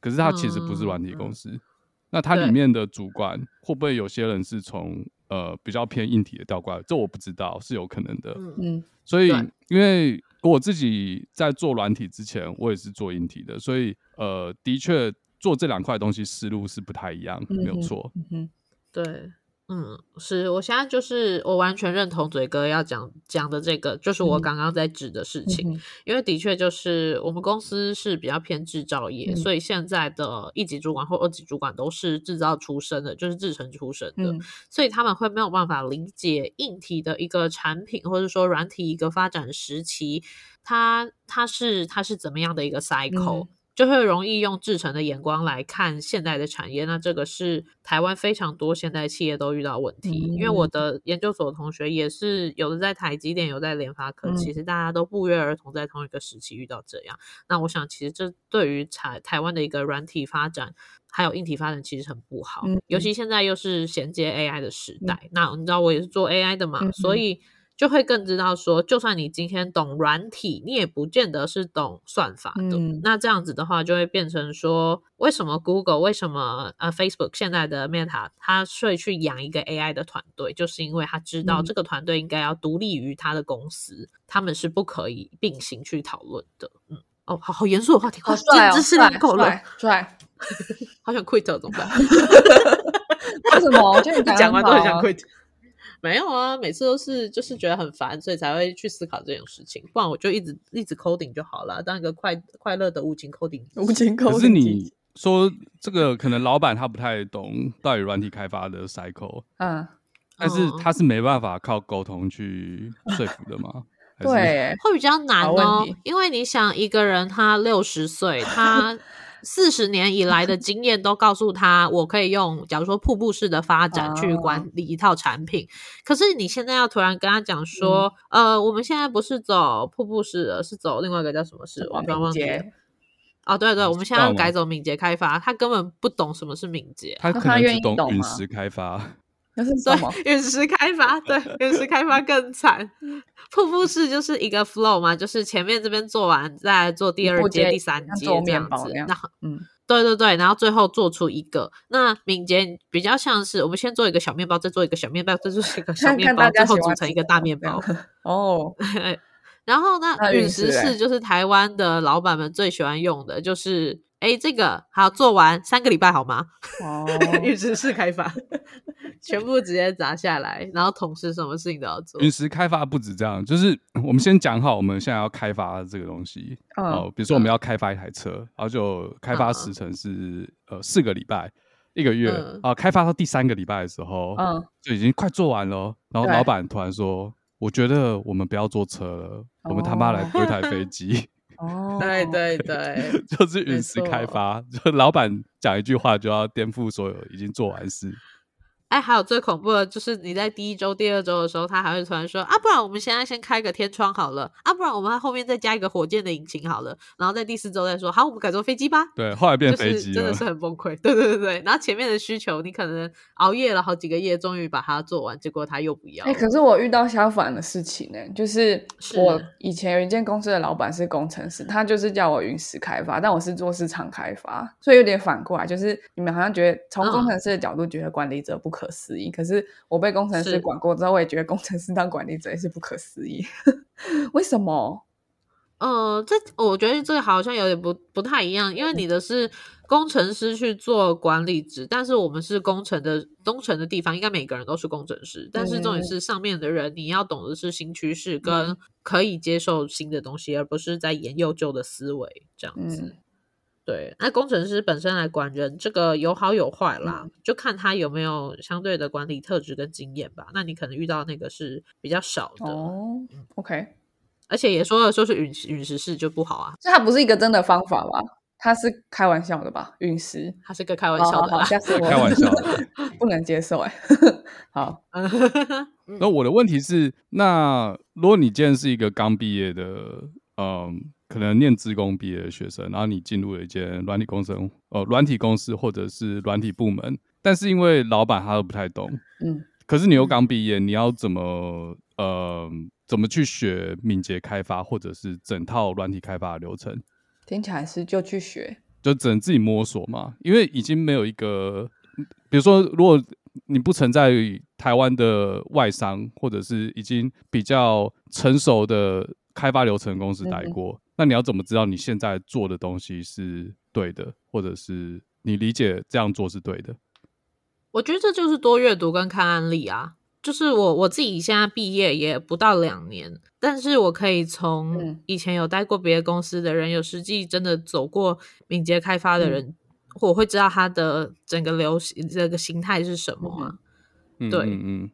可是它其实不是软体公司。那它对里面的主管会不会有些人是从呃比较偏硬体的调过来？这我不知道，是有可能的。嗯嗯所以对因为我自己在做软体之前，我也是做硬体的，所以呃，的确做这两块东西思路是不太一样，嗯没有哼错。嗯哼，对，嗯，是我现在就是我完全认同嘴哥要讲讲的这个，就是我嗯刚刚在指的事情。嗯哼因为的确就是我们公司是比较偏制造业，嗯所以现在的一级主管或二级主管都是制造出身的，就是制成出身的。嗯所以他们会没有办法理解硬体的一个产品，或者说软体一个发展时期，它它是它是怎么样的一个 cycle，、嗯就会容易用制成的眼光来看现代的产业。那这个是台湾非常多现代企业都遇到的问题，因为嗯我的研究所同学也是有的在台积电，有在联发科，嗯其实大家都不约而同在同一个时期遇到这样。那我想，其实这对于台台湾的一个软体发展，还有硬体发展，其实很不好。嗯尤其现在又是衔接 AI 的时代，那你知道我也是做 AI 的嘛，嗯所哼以就会更知道说，就算你今天懂软体，你也不见得是懂算法的。嗯那这样子的话，就会变成说，为什么 Google，为什么呃 Facebook 现在的 Meta，它会去养一个 AI 的团队，就是因为他知道嗯这个团队应该要独立于他的公司，他们是不可以并行去讨论的。嗯，哦，好好严肃的话题，好哇今帅天哦，知识帅量够了，帅帅，好想 quit 哦怎么办？为什么？我觉得啊你 讲完都很想亏。 quit。没有啊，每次都是就是觉得很烦，所以才会去思考这种事情。不然我就一直一直 coding 就好了，当一个快快乐的无情 coding。无情扣可自是己你说这个，可能老板他不太懂到底软体开发的 cycle，嗯，但是嗯他是没办法靠沟通去说服的嘛？还是 对，会比较难好问哦题，因为你想一个人他六十岁，他四十年以来的经验都告诉他，我可以用假如说瀑布式的发展去啊管理一套产品。可是你现在要突然跟他讲说，呃，我们现在不是走瀑布式的，是走另外一个叫什么式？我突然忘记了。姐，哦，对对，我们现在道要吗改走敏捷开发，他根本不懂什么是敏捷。他那可他能愿只意懂陨吗石开发， 那是什 么？对，陨石开发，对，陨石开发更惨。瀑布式就是一个 flow 嘛，就是前面这边做完，再来做第一二步阶、接第三像阶做这面样包子那。样然后，嗯，对对对，然后最后做出一个。那敏捷比较像是我们先做一个小面包，再做一个小面包，再做一 个小看面看包，大最家后喜组欢成一吃个大什么面这样包。 哦，然后呢，那陨陨石石欸式就是台湾的老板们最喜欢用的，就是哎，这个好做完三个礼拜好吗？哦，陨石式开发，全部直接砸下来，然后同时什么事情都要做。陨石开发不止这样，就是我们先讲好，我们现在要开发这个东西哦、嗯，比如说我们要开发一台车，然后就开嗯发嗯时程是、呃四个礼拜。一个月啊、嗯开发到第三个礼拜的时候，嗯就已经快做完了。然后对老板突然说：“我觉得我们不要坐车了，我们他妈哦来规台 飞机。 哦，对对对就是没陨石开错发，就老板讲一句话就要颠覆所有已经做完事。哎，还有最恐怖的就是你在第一周、第二周的时候，他还会突然说啊，不然我们现在先开个天窗好了，啊，不然我们后面再加一个火箭的引擎好了，然后在第四周再说，好，我们改做飞机吧。对，后来变就飞是机真了的。是很崩溃，对对对对。然后前面的需求，你可能熬夜了好几个夜，终于把它做完，结果他又不要哎、了。可是我遇到相反的事情呢、就是是我以前有一间公司的老板是工程师，他就是叫我云石开发，但我是做市场开发，所以有点反过来，就是你们好像觉得从嗯工程师的角度觉得管理者不可思议，可是我被工程是师管过之后，我也觉得工程师当管理者也是不可思议， 为什么？呃，这我觉得这好像有点不不太一样，因为你的是工程师去做管理职，但是我们是工程的工程的地方，应该每个人都是工程师，但是重点嗯是上面的人你要懂的是新趋势跟可以接受新的东西，而不是在沿用旧的思维这样子。嗯对，那工程师本身来管人，这个有好有坏嗯啦，就看他有没有相对的管理特质跟经验吧。那你可能遇到那个是比较少的，哦，OK，而且也说了说是陨石陨石式就不好啊，所以它不是一个真的方法吧？它是开玩笑的吧？陨石。它是个开玩好笑哦好的好，啦。下次我开玩笑 不能接受哎、 好，嗯那我的问题是，那如果你今天是一个刚毕业的，嗯，可能念职工毕业的学生，然后你进入了一间软体公司，呃，软体公司或者是软体部门，但是因为老板他都不太懂，嗯，可是你又嗯刚毕业，你要怎么呃怎么去学敏捷开发，或者是整套软体开发的流程？听起来是就去学，就只能自己摸索嘛，因为已经没有一个，比如说，如果你不存在于台湾的外商，或者是已经比较成熟的开发流程公司嗯待过，那你要怎么知道你现在做的东西是对的，或者是你理解这样做是对的？ 我觉得这就是多阅读跟看案例啊。就是我我自己现在毕业也不到两年，但是我可以从嗯以前有待过别的公司的人，有实际真的走过敏捷开发的人，嗯我会知道他的整个流行这个形态是什么啊。嗯对嗯嗯，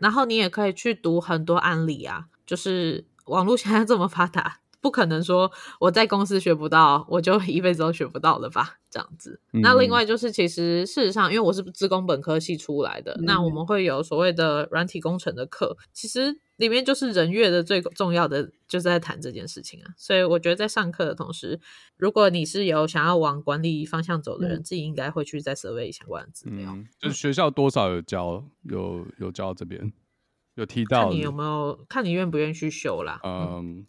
然后你也可以去读很多案例啊，就是网络现在这么发达，不可能说我在公司学不到，我就一辈子都学不到了吧？这样子。那另嗯外就是，其实事实上，因为我是自工本科系出来的，那嗯我们会有所谓的软体工程的课，其实里面就是人月的最重要的就是在谈这件事情啊。所以我觉得在上课的同时，如果你是有想要往管理方向走的人，自己应该会去再 survey 相关的资料。嗯，就是学校多少有教，有有教这边有提到看的，你有没有，看你愿不愿意去修啦。嗯嗯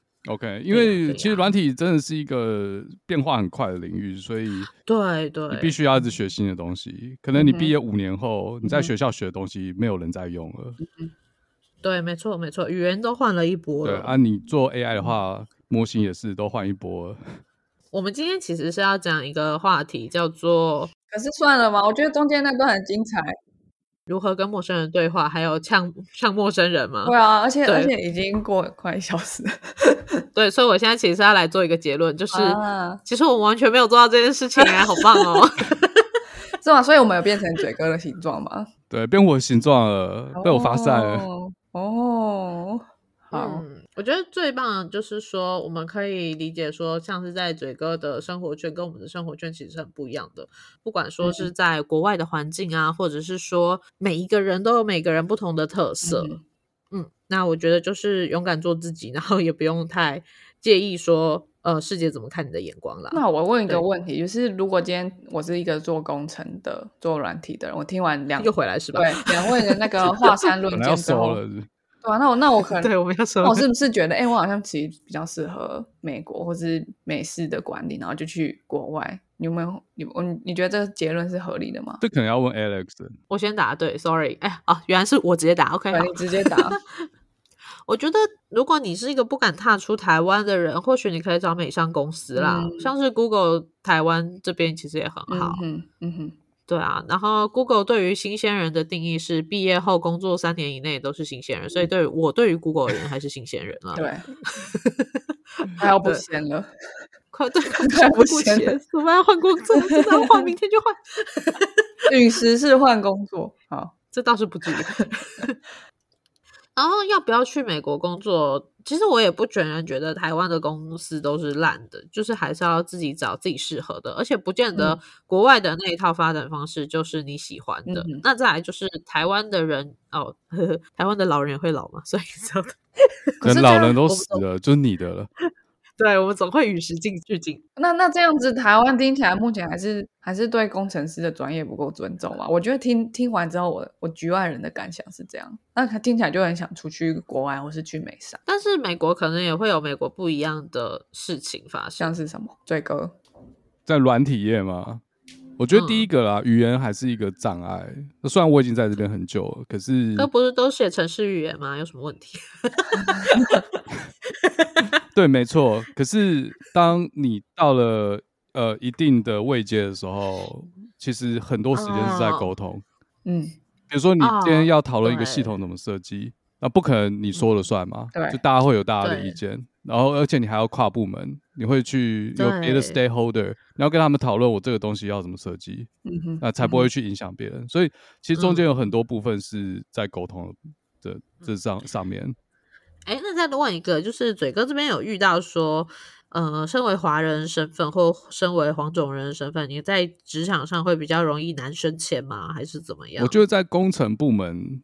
对，OK，因呀为对其实呀软体真的是一个变化很快的领域，所以对对，你必须要一直学新的东西。可能你嗯哼毕业五年后，你在嗯哼学校学的东西没有人在用了。对，没错没错，语言都换了一波对了。啊，你做 AI 的话，模型也是都换一波了。我们今天其实是要讲一个话题，叫做可是算了嘛，我觉得中间那段很精彩，如何跟陌生人对话，还有呛呛陌生人嘛。对啊，而且对而且已经过了快一小时了，对，所以我现在其实是要来做一个结论， 就是、啊其实我们完全没有做到这件事情啊，好棒哦！是吗？所以我们有变成嘴哥的形状 吗？对，变我形状了，被我发散了。哦哦，好，嗯，我觉得最棒的就是说，我们可以理解说，像是在嘴哥的生活圈跟我们的生活圈其实是很不一样的。不管说是在国外的环境啊，或者是说每一个人都有每个人不同的特色。嗯嗯，那我觉得就是勇敢做自己，然后也不用太介意说呃世界怎么看你的眼光啦。那我问一对个问题，就是如果今天我是一个做工程的、做软体的人，我听完两又回来是吧？对两位的那个华山 论本来剑要之收后了，，是不是对啊，那我那我可能对，我们要说那我是不是觉得，哎、我好像其实比较适合美国或是美式的管理，然后就去国外？你有没有你你你觉得这个结论是合理的吗？这可能要问 Alex 了。我先答对，sorry，哎，啊，原来是我直接答，OK，对好你直接 答，我觉得，如果你是一个不敢踏出台湾的人，或许你可以找美商公司啦，嗯像是 Google 台湾这边其实也很好嗯，哼嗯哼，对啊。然后 Google 对于新鲜人的定义是毕业后工作三年以内都是新鲜人，所以对于我对于 Google 而言还是新鲜人啊。 对，快要不对行了，快对，快快不不行行了，怎么要换工作？真的要换，明天就换，陨石是换工作，好，这倒是不至于。 然后要不要去美国工作？其实我也不全然觉得台湾的公司都是烂的，就是还是要自己找自己适合的，而且不见得嗯国外的那一套发展方式就是你喜欢的。嗯哼那再来就是台湾的人哦 呵呵，台湾的老人也会老嘛，所以就可可是能这老样人都我不死了，就是你的了。 对我们总会与时进俱进。那那这样子，台湾听起来目前还是还是对工程师的专业不够尊重嘛？我觉得听听完之后我，我局外人的感想是这样，那听起来就很想出去国外或是去美商，但是美国可能也会有美国不一样的事情发生。像是什么追哥，在软体业嘛，我觉得第一个啦，语言还是一个障碍。那虽然我已经在这边很久了，可是那不是都写城市语言吗？有什么问题？对，没错。可是当你到了呃一定的位阶的时候，其实很多时间是在沟通。嗯，比如说，你今哦天要讨论一个系对嗯统怎么设计，那不可能你说了算嘛，对就大家会有大家的对意见，然后而且你还要跨部门，你会去有别对的 stakeholder，你要跟他们讨论我这个东西要怎么设计，嗯哼，那才不会去影响别人。所以其实中嗯间有很多部分是在沟通的这这嗯上上面。哎，那再问一个，就是嘴哥这边有遇到说，呃，身为华人身份或身为黄种人的身份，你在职场上会比较容易难升迁吗？还是怎么样？我觉得在工程部门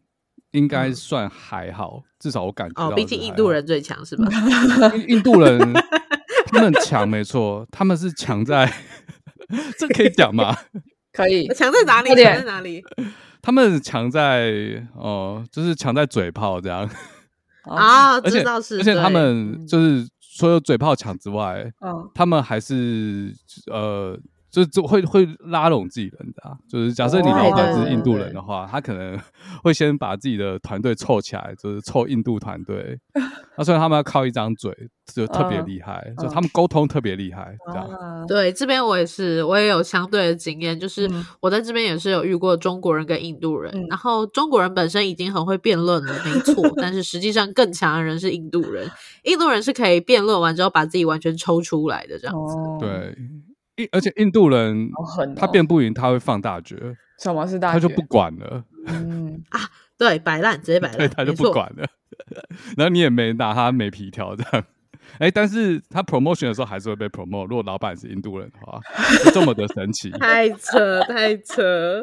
应该嗯算还好，至少我感觉哦，到毕是竟印还度好人最强 是吧？印印度人他们强没错，他们是强 在这可以讲吗？可以，强在哪里？快强点在 哪里？他们强在哦、就是强在嘴炮这样，好，啊，而且这倒是，而且他对嗯们就是除了嘴炮强之外，嗯，他们还是呃，就就会会拉拢自己人的、啊。就是假设你哦老板对对是印度对人的话，他可能会先把自己的团队凑起来，就是凑印度团 队。那虽然他们要靠一张嘴，就特别嗯厉害，嗯就他们沟通特别厉害，这样。啊，对，这边我也是，我也有相对的经验，就是嗯我在这边也是有遇过中国人跟印度人，嗯然后中国人本身已经很会辩论了，没错，但是实际上更强的人是印度 人，印度人是可以辩论完之后把自己完全抽出来的这样子。哦，，对，印而且印度人好狠、哦，他辩不赢，他会放大决，什么是大他就学不，管了， 嗯，对，摆烂直接摆烂，对，他就没不错。管了。 然后你也没拿他没皮条这样。哎，但是他 promotion 的时候还是会被 promote。如果老板是印度人的话，就这么的 神奇。太扯，太 扯。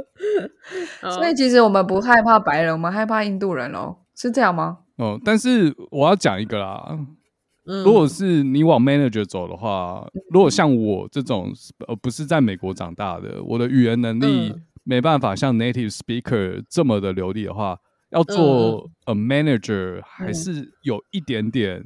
所哦以其实我们不害怕白人，我们害怕印度人喽，是这样吗？哦，但是我要讲一个啦，嗯如果是你往 manager 走的话，如果像我这种呃不是在美国长大的，我的语言能力嗯没办法像 native speaker 这么的流利的话，要做嗯 a manager 还是有一点点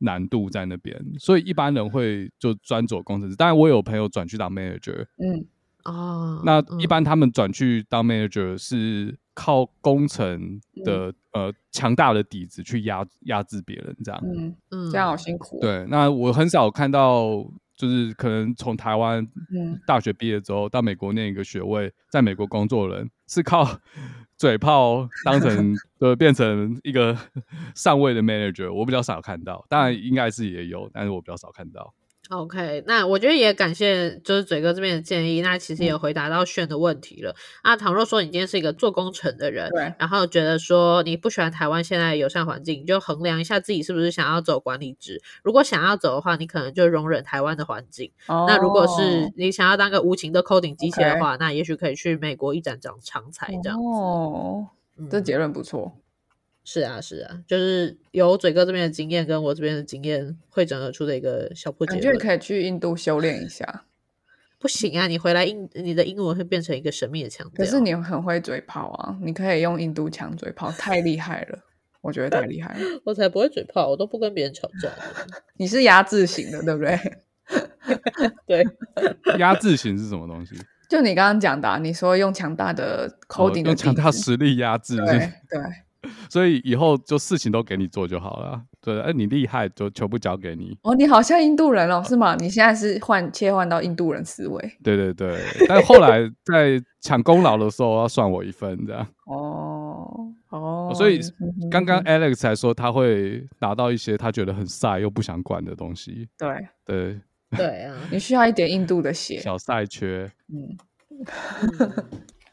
难度在那边，所以一般人会就专走工程师。当然，我有朋友转去当 manager，嗯，哦，那嗯一般他们转去当 manager 是靠工程的、嗯呃强大的底子去压压制别人这样。嗯，嗯这样好辛苦、，对，那我很少看到，就是可能从台湾嗯大学毕业之后到美国念一个学位，在美国工作的人是靠 嘴炮当 成呃变成一 个上位的 manager，我比较少看到。当然应该是也有，但是我比较少看到。 OK，那我觉得也感谢就是嘴哥这边的建议，那其嗯实也回答到炫的问题了。啊，倘若说你今天是一个做工程的人，对然后觉得说你不喜欢台湾现在的友善环境，你就衡量一下自己是不是想要走管理职。如果想要走的话，你可能就容忍台湾的环境。哦那如果是你想要当个无情的 coding 机器人的话那也许可以去美国一展长长才这样。哦，嗯这结论不错。是啊，是啊，就是由嘴哥这边的经验跟我这边的经验汇整而出的一个小破结感觉论。可以去印度修炼一下，不行啊，你回来英你的英文会变成一个神秘的腔调。可是你很会嘴炮啊，你可以用印度腔嘴炮，太厉害了，我觉得太厉害了。我才不会嘴炮，我都不跟别人吵架的。 你是压制型的，对不对？对，压制型是什么 东西？就你刚刚讲的啊、你说用强大的哦 coding 的用强底大子实力压制，对对， 所以以后就事情都给你做就好了。对，哎，你厉害就全部交给你。哦，你好像印度人哦，是吗？你现在是换切换到印度人思维对对对，但后来在抢功劳的时候要算我一份，这样。哦哦，所以嗯哼刚刚嗯哼 Alex 才说他会拿到一些他觉得很晒又不想管的东西，对对，对啊，你需要一点印度的血，小晒缺。嗯，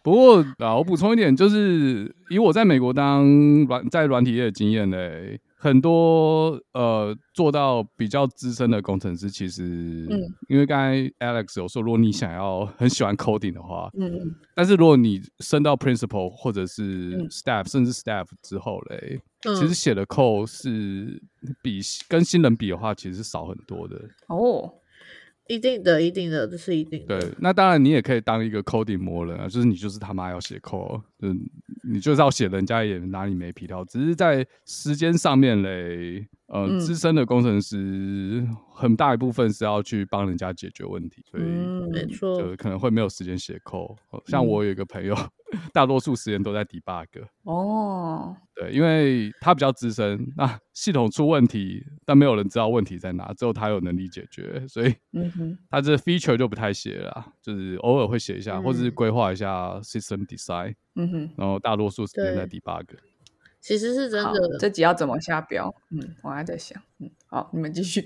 不过啊，我补充一点，就是以我在美国当软在软体业的经验嘞，很多呃做到比较资深的工程师，其实、嗯因为刚才 Alex 有说，如果你想要很喜欢 coding 的话，嗯嗯但是如果你升到 principal 或者是嗯 staff、甚至 staff 之后嘞，嗯其实写的 code 是比跟新人比的话，其实是少很多的。哦，一定的，一定的，这是一定的。对，那当然你也可以当一个 coding 魔人啊，就是你就是他妈要写 code，就是你就是要写人家也拿你没皮条，只是在时间上面嘞，呃，嗯资深的工程师很大一部分是要去帮人家解决问题，所以。嗯，没错，就可能会没有时间写 code，呃像嗯我有一个朋友， 大多数时间都在 debug，哦，对，因为他比较资深，那系统出问题，但没有人知道问题在哪，只有他有能力解决，所以嗯哼，他这 feature 就不太写了啊，就是偶尔会写一下，嗯或者是规划一下 system design，嗯哼，然后大多数时间在对 debug。其实是真好的，。这集要怎么下标？嗯，我还在想，嗯，好，你们继续。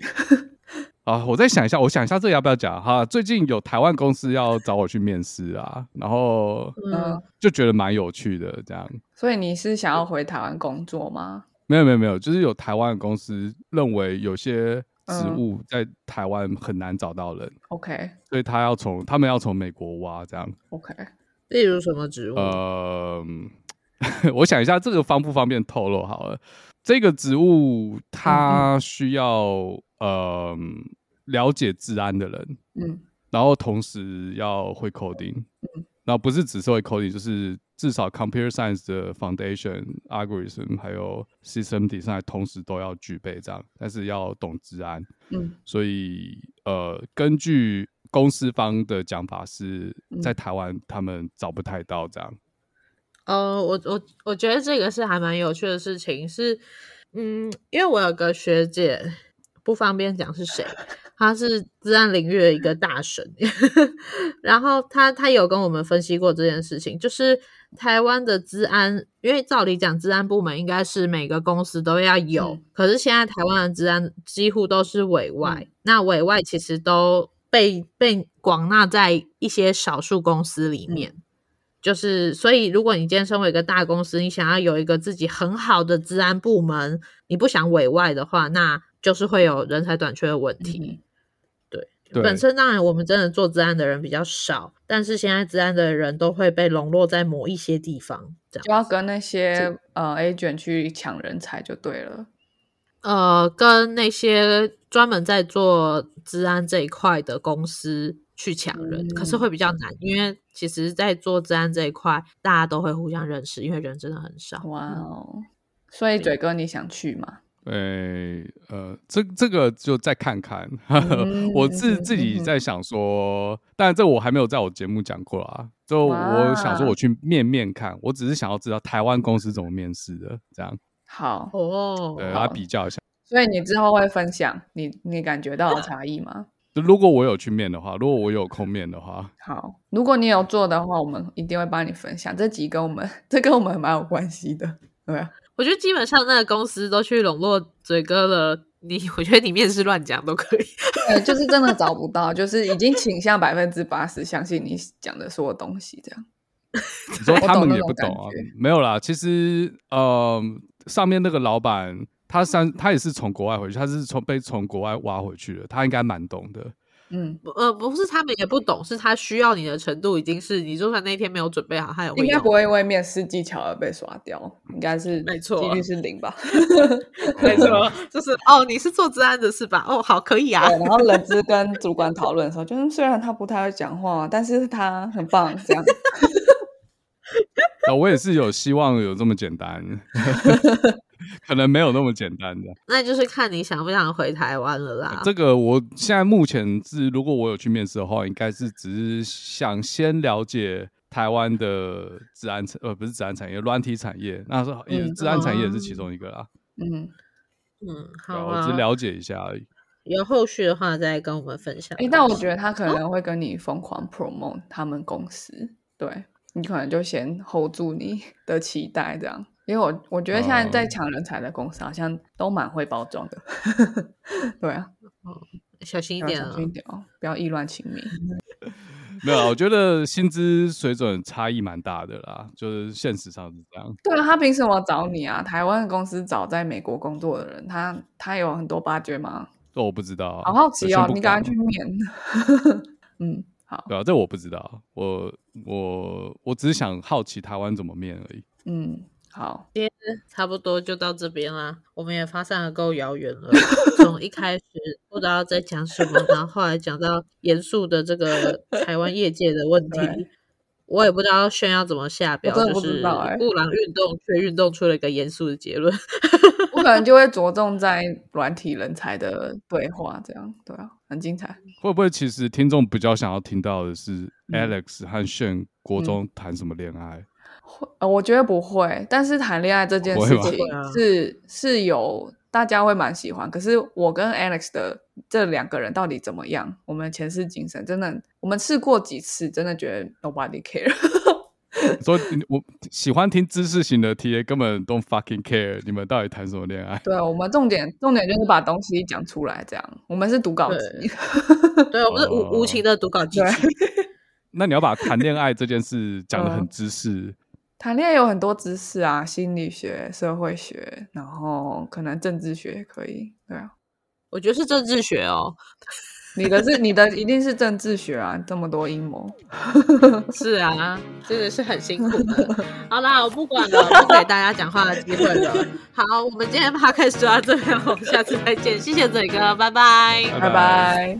啊，我再想一下，我想一下这个要不要讲哈？最近有台湾公司要找我去面试啊，然后 嗯嗯，就觉得蛮有趣的，这样。所以你是想要回台湾工作吗？没有没有没有，就是有台湾的公司认为有些职嗯务在台湾很难找到人， ？OK 所以他要从他们要从美国挖这样。 OK，例如什么植物？呃， 嗯我想一下，这个方不方便透露好了？这个职务它需要呃了解治安的人，嗯然后同时要会 coding，然后不是只是会 coding，就是至少 computer science 的 foundation algorithm 还有 system design 同时都要具备这样，但是要懂治安。嗯所以呃，根据公司方的讲法是在嗯台湾他们找不太到这样。哦，我我我觉得这个是还蛮有趣的事情，是嗯，因为我有个学姐，不方便讲是谁，她是自然领域的一个大神， 然后她她有跟我们分析过这件事情，就是台湾的治安，因为照理讲治安部门应该是每个公司都要有，嗯可是现在台湾的治安几乎都是委外，那委外其实都被被广纳在一些少数公司里面。就是，所以如果你今天身为一个大公司，你想要有一个自己很好的治安部门，你不想委外的话，那就是会有人才短缺的问题。对，本身当然我们真的做治安的人比较少，但是现在治安的人都会被笼络在某一些地方，这样就要跟那些呃 agent 去抢人才就对了。呃，跟那些专门在做治安这一块的公司。去抢人，可是会比较难，因为其实，在做治安这一块，大家都会互相认识，因为人真的很少。哇哦！所以嘴哥，你想去吗？诶、呃，这这个就再看看。 我自嗯自己嗯在想说，但这我还没有在我节目讲过啊。就我想说，哇我去面面看，我只是想要知道台湾公司怎么面试的，这样好，哦，对，来好比较一下。所以你之后会分享你你感觉到的差异吗？就如果我有去面的话，如果我有空面的话，好，如果你有做的话，我们一定会帮你分享。这集跟我们这跟我们蛮有关系的，对啊，我觉得基本上那个公司都去笼络嘴哥了，你 我觉得你面试乱讲都可以。对，就是真的找不到，就是已经倾向百分之八十相信你讲的所有东西，这样。你说他们也不我懂那懂啊种感觉？没有啦，其实呃，上面那个老板他上他也是从国外回去，他是从被从国外挖回去的，他应该蛮懂的。嗯， 呃，不是他们也不懂，是他需要你的程度已经是你就算那一天没有准备好，他也会应该要 不会因为面试技巧而被刷掉，应该是没错几率是零吧。没错，就是哦，你是做治安的是吧？哦，好，可以啊。对，然后冷知跟主管讨论的时候，就是虽然他不太会讲话，但是他很棒，这样。啊，我也是有希望有这么简单， 可能没有那么简单的。那就是看你想不想回台湾了啊啦。这个我现在目前是，如果我有去面试的话，应该是只是想先了解台湾的治安产，呃，不是治安产业，软体产业。那是也嗯治安产业也是其中一个啦，嗯，嗯，对啊好我只啊是，了解一下而已。有后续的话再跟我们分享。诶，但我觉得他可能会跟你疯狂 promote 他们公司，对你可能就先 hold 住你的期待，这样。因为我我觉得现在在哦抢人才的公司好像都蛮会包装的， 对啊，小心一要点小啊心。一点哦，不要意乱情迷。 没有啦，我觉得薪资水准差异蛮大的啦，就是现实上是这样。对啊，他凭什么找你啊？台湾的公司找在美国工作的人，他他有很多八掘吗？这我不知道，好好这奇先哦，不你赶快管去面。 嗯，好，对啊，这我不知道，我我我只是想好奇台湾怎么面而已。嗯， 好，差不多就到这边啦，我们也发散的够遥远了。从一开始不知道在讲什么，然后后来讲到严肃的这个台湾业界的问题对，我也不知道炫耀怎么下标，我真的就不知是道欸布朗运动却运动出了一个严肃的结论。 我可能就会着重在软体人才的对话，这样对啊，很精彩。会不会其实听众比较想要听到的是嗯 Alex 和炫国中谈什么恋爱？会，呃，我觉得不会，但是谈恋爱这件不会事吗情不会啊是是有大家会蛮喜欢，可是我跟 Alex 的这两个人到底怎么样？我们前世今生真的，我们试过几次，真的觉得 nobody care。 所以我喜欢听知识型的 TA 根本 don't fucking care 你们到底谈什么恋爱？对，啊我们重点重点就是把东西讲出来，这样。我们是读稿机，对，我们是无无情的读稿机器。那你要把谈恋爱这件事讲的很嗯知识，谈恋爱有很多知识啊，心理学、社会学，然后可能政治学也可以。对啊，我觉得是政治学 哦，你的是你的一定是政治学啊，这么多阴谋。是啊，真的是很辛苦 的。好啦，我不管了，不给大家讲话的机会了。好，我们今天 podcast 就到这边，我们下次再见，谢谢嘴哥，拜拜。拜拜。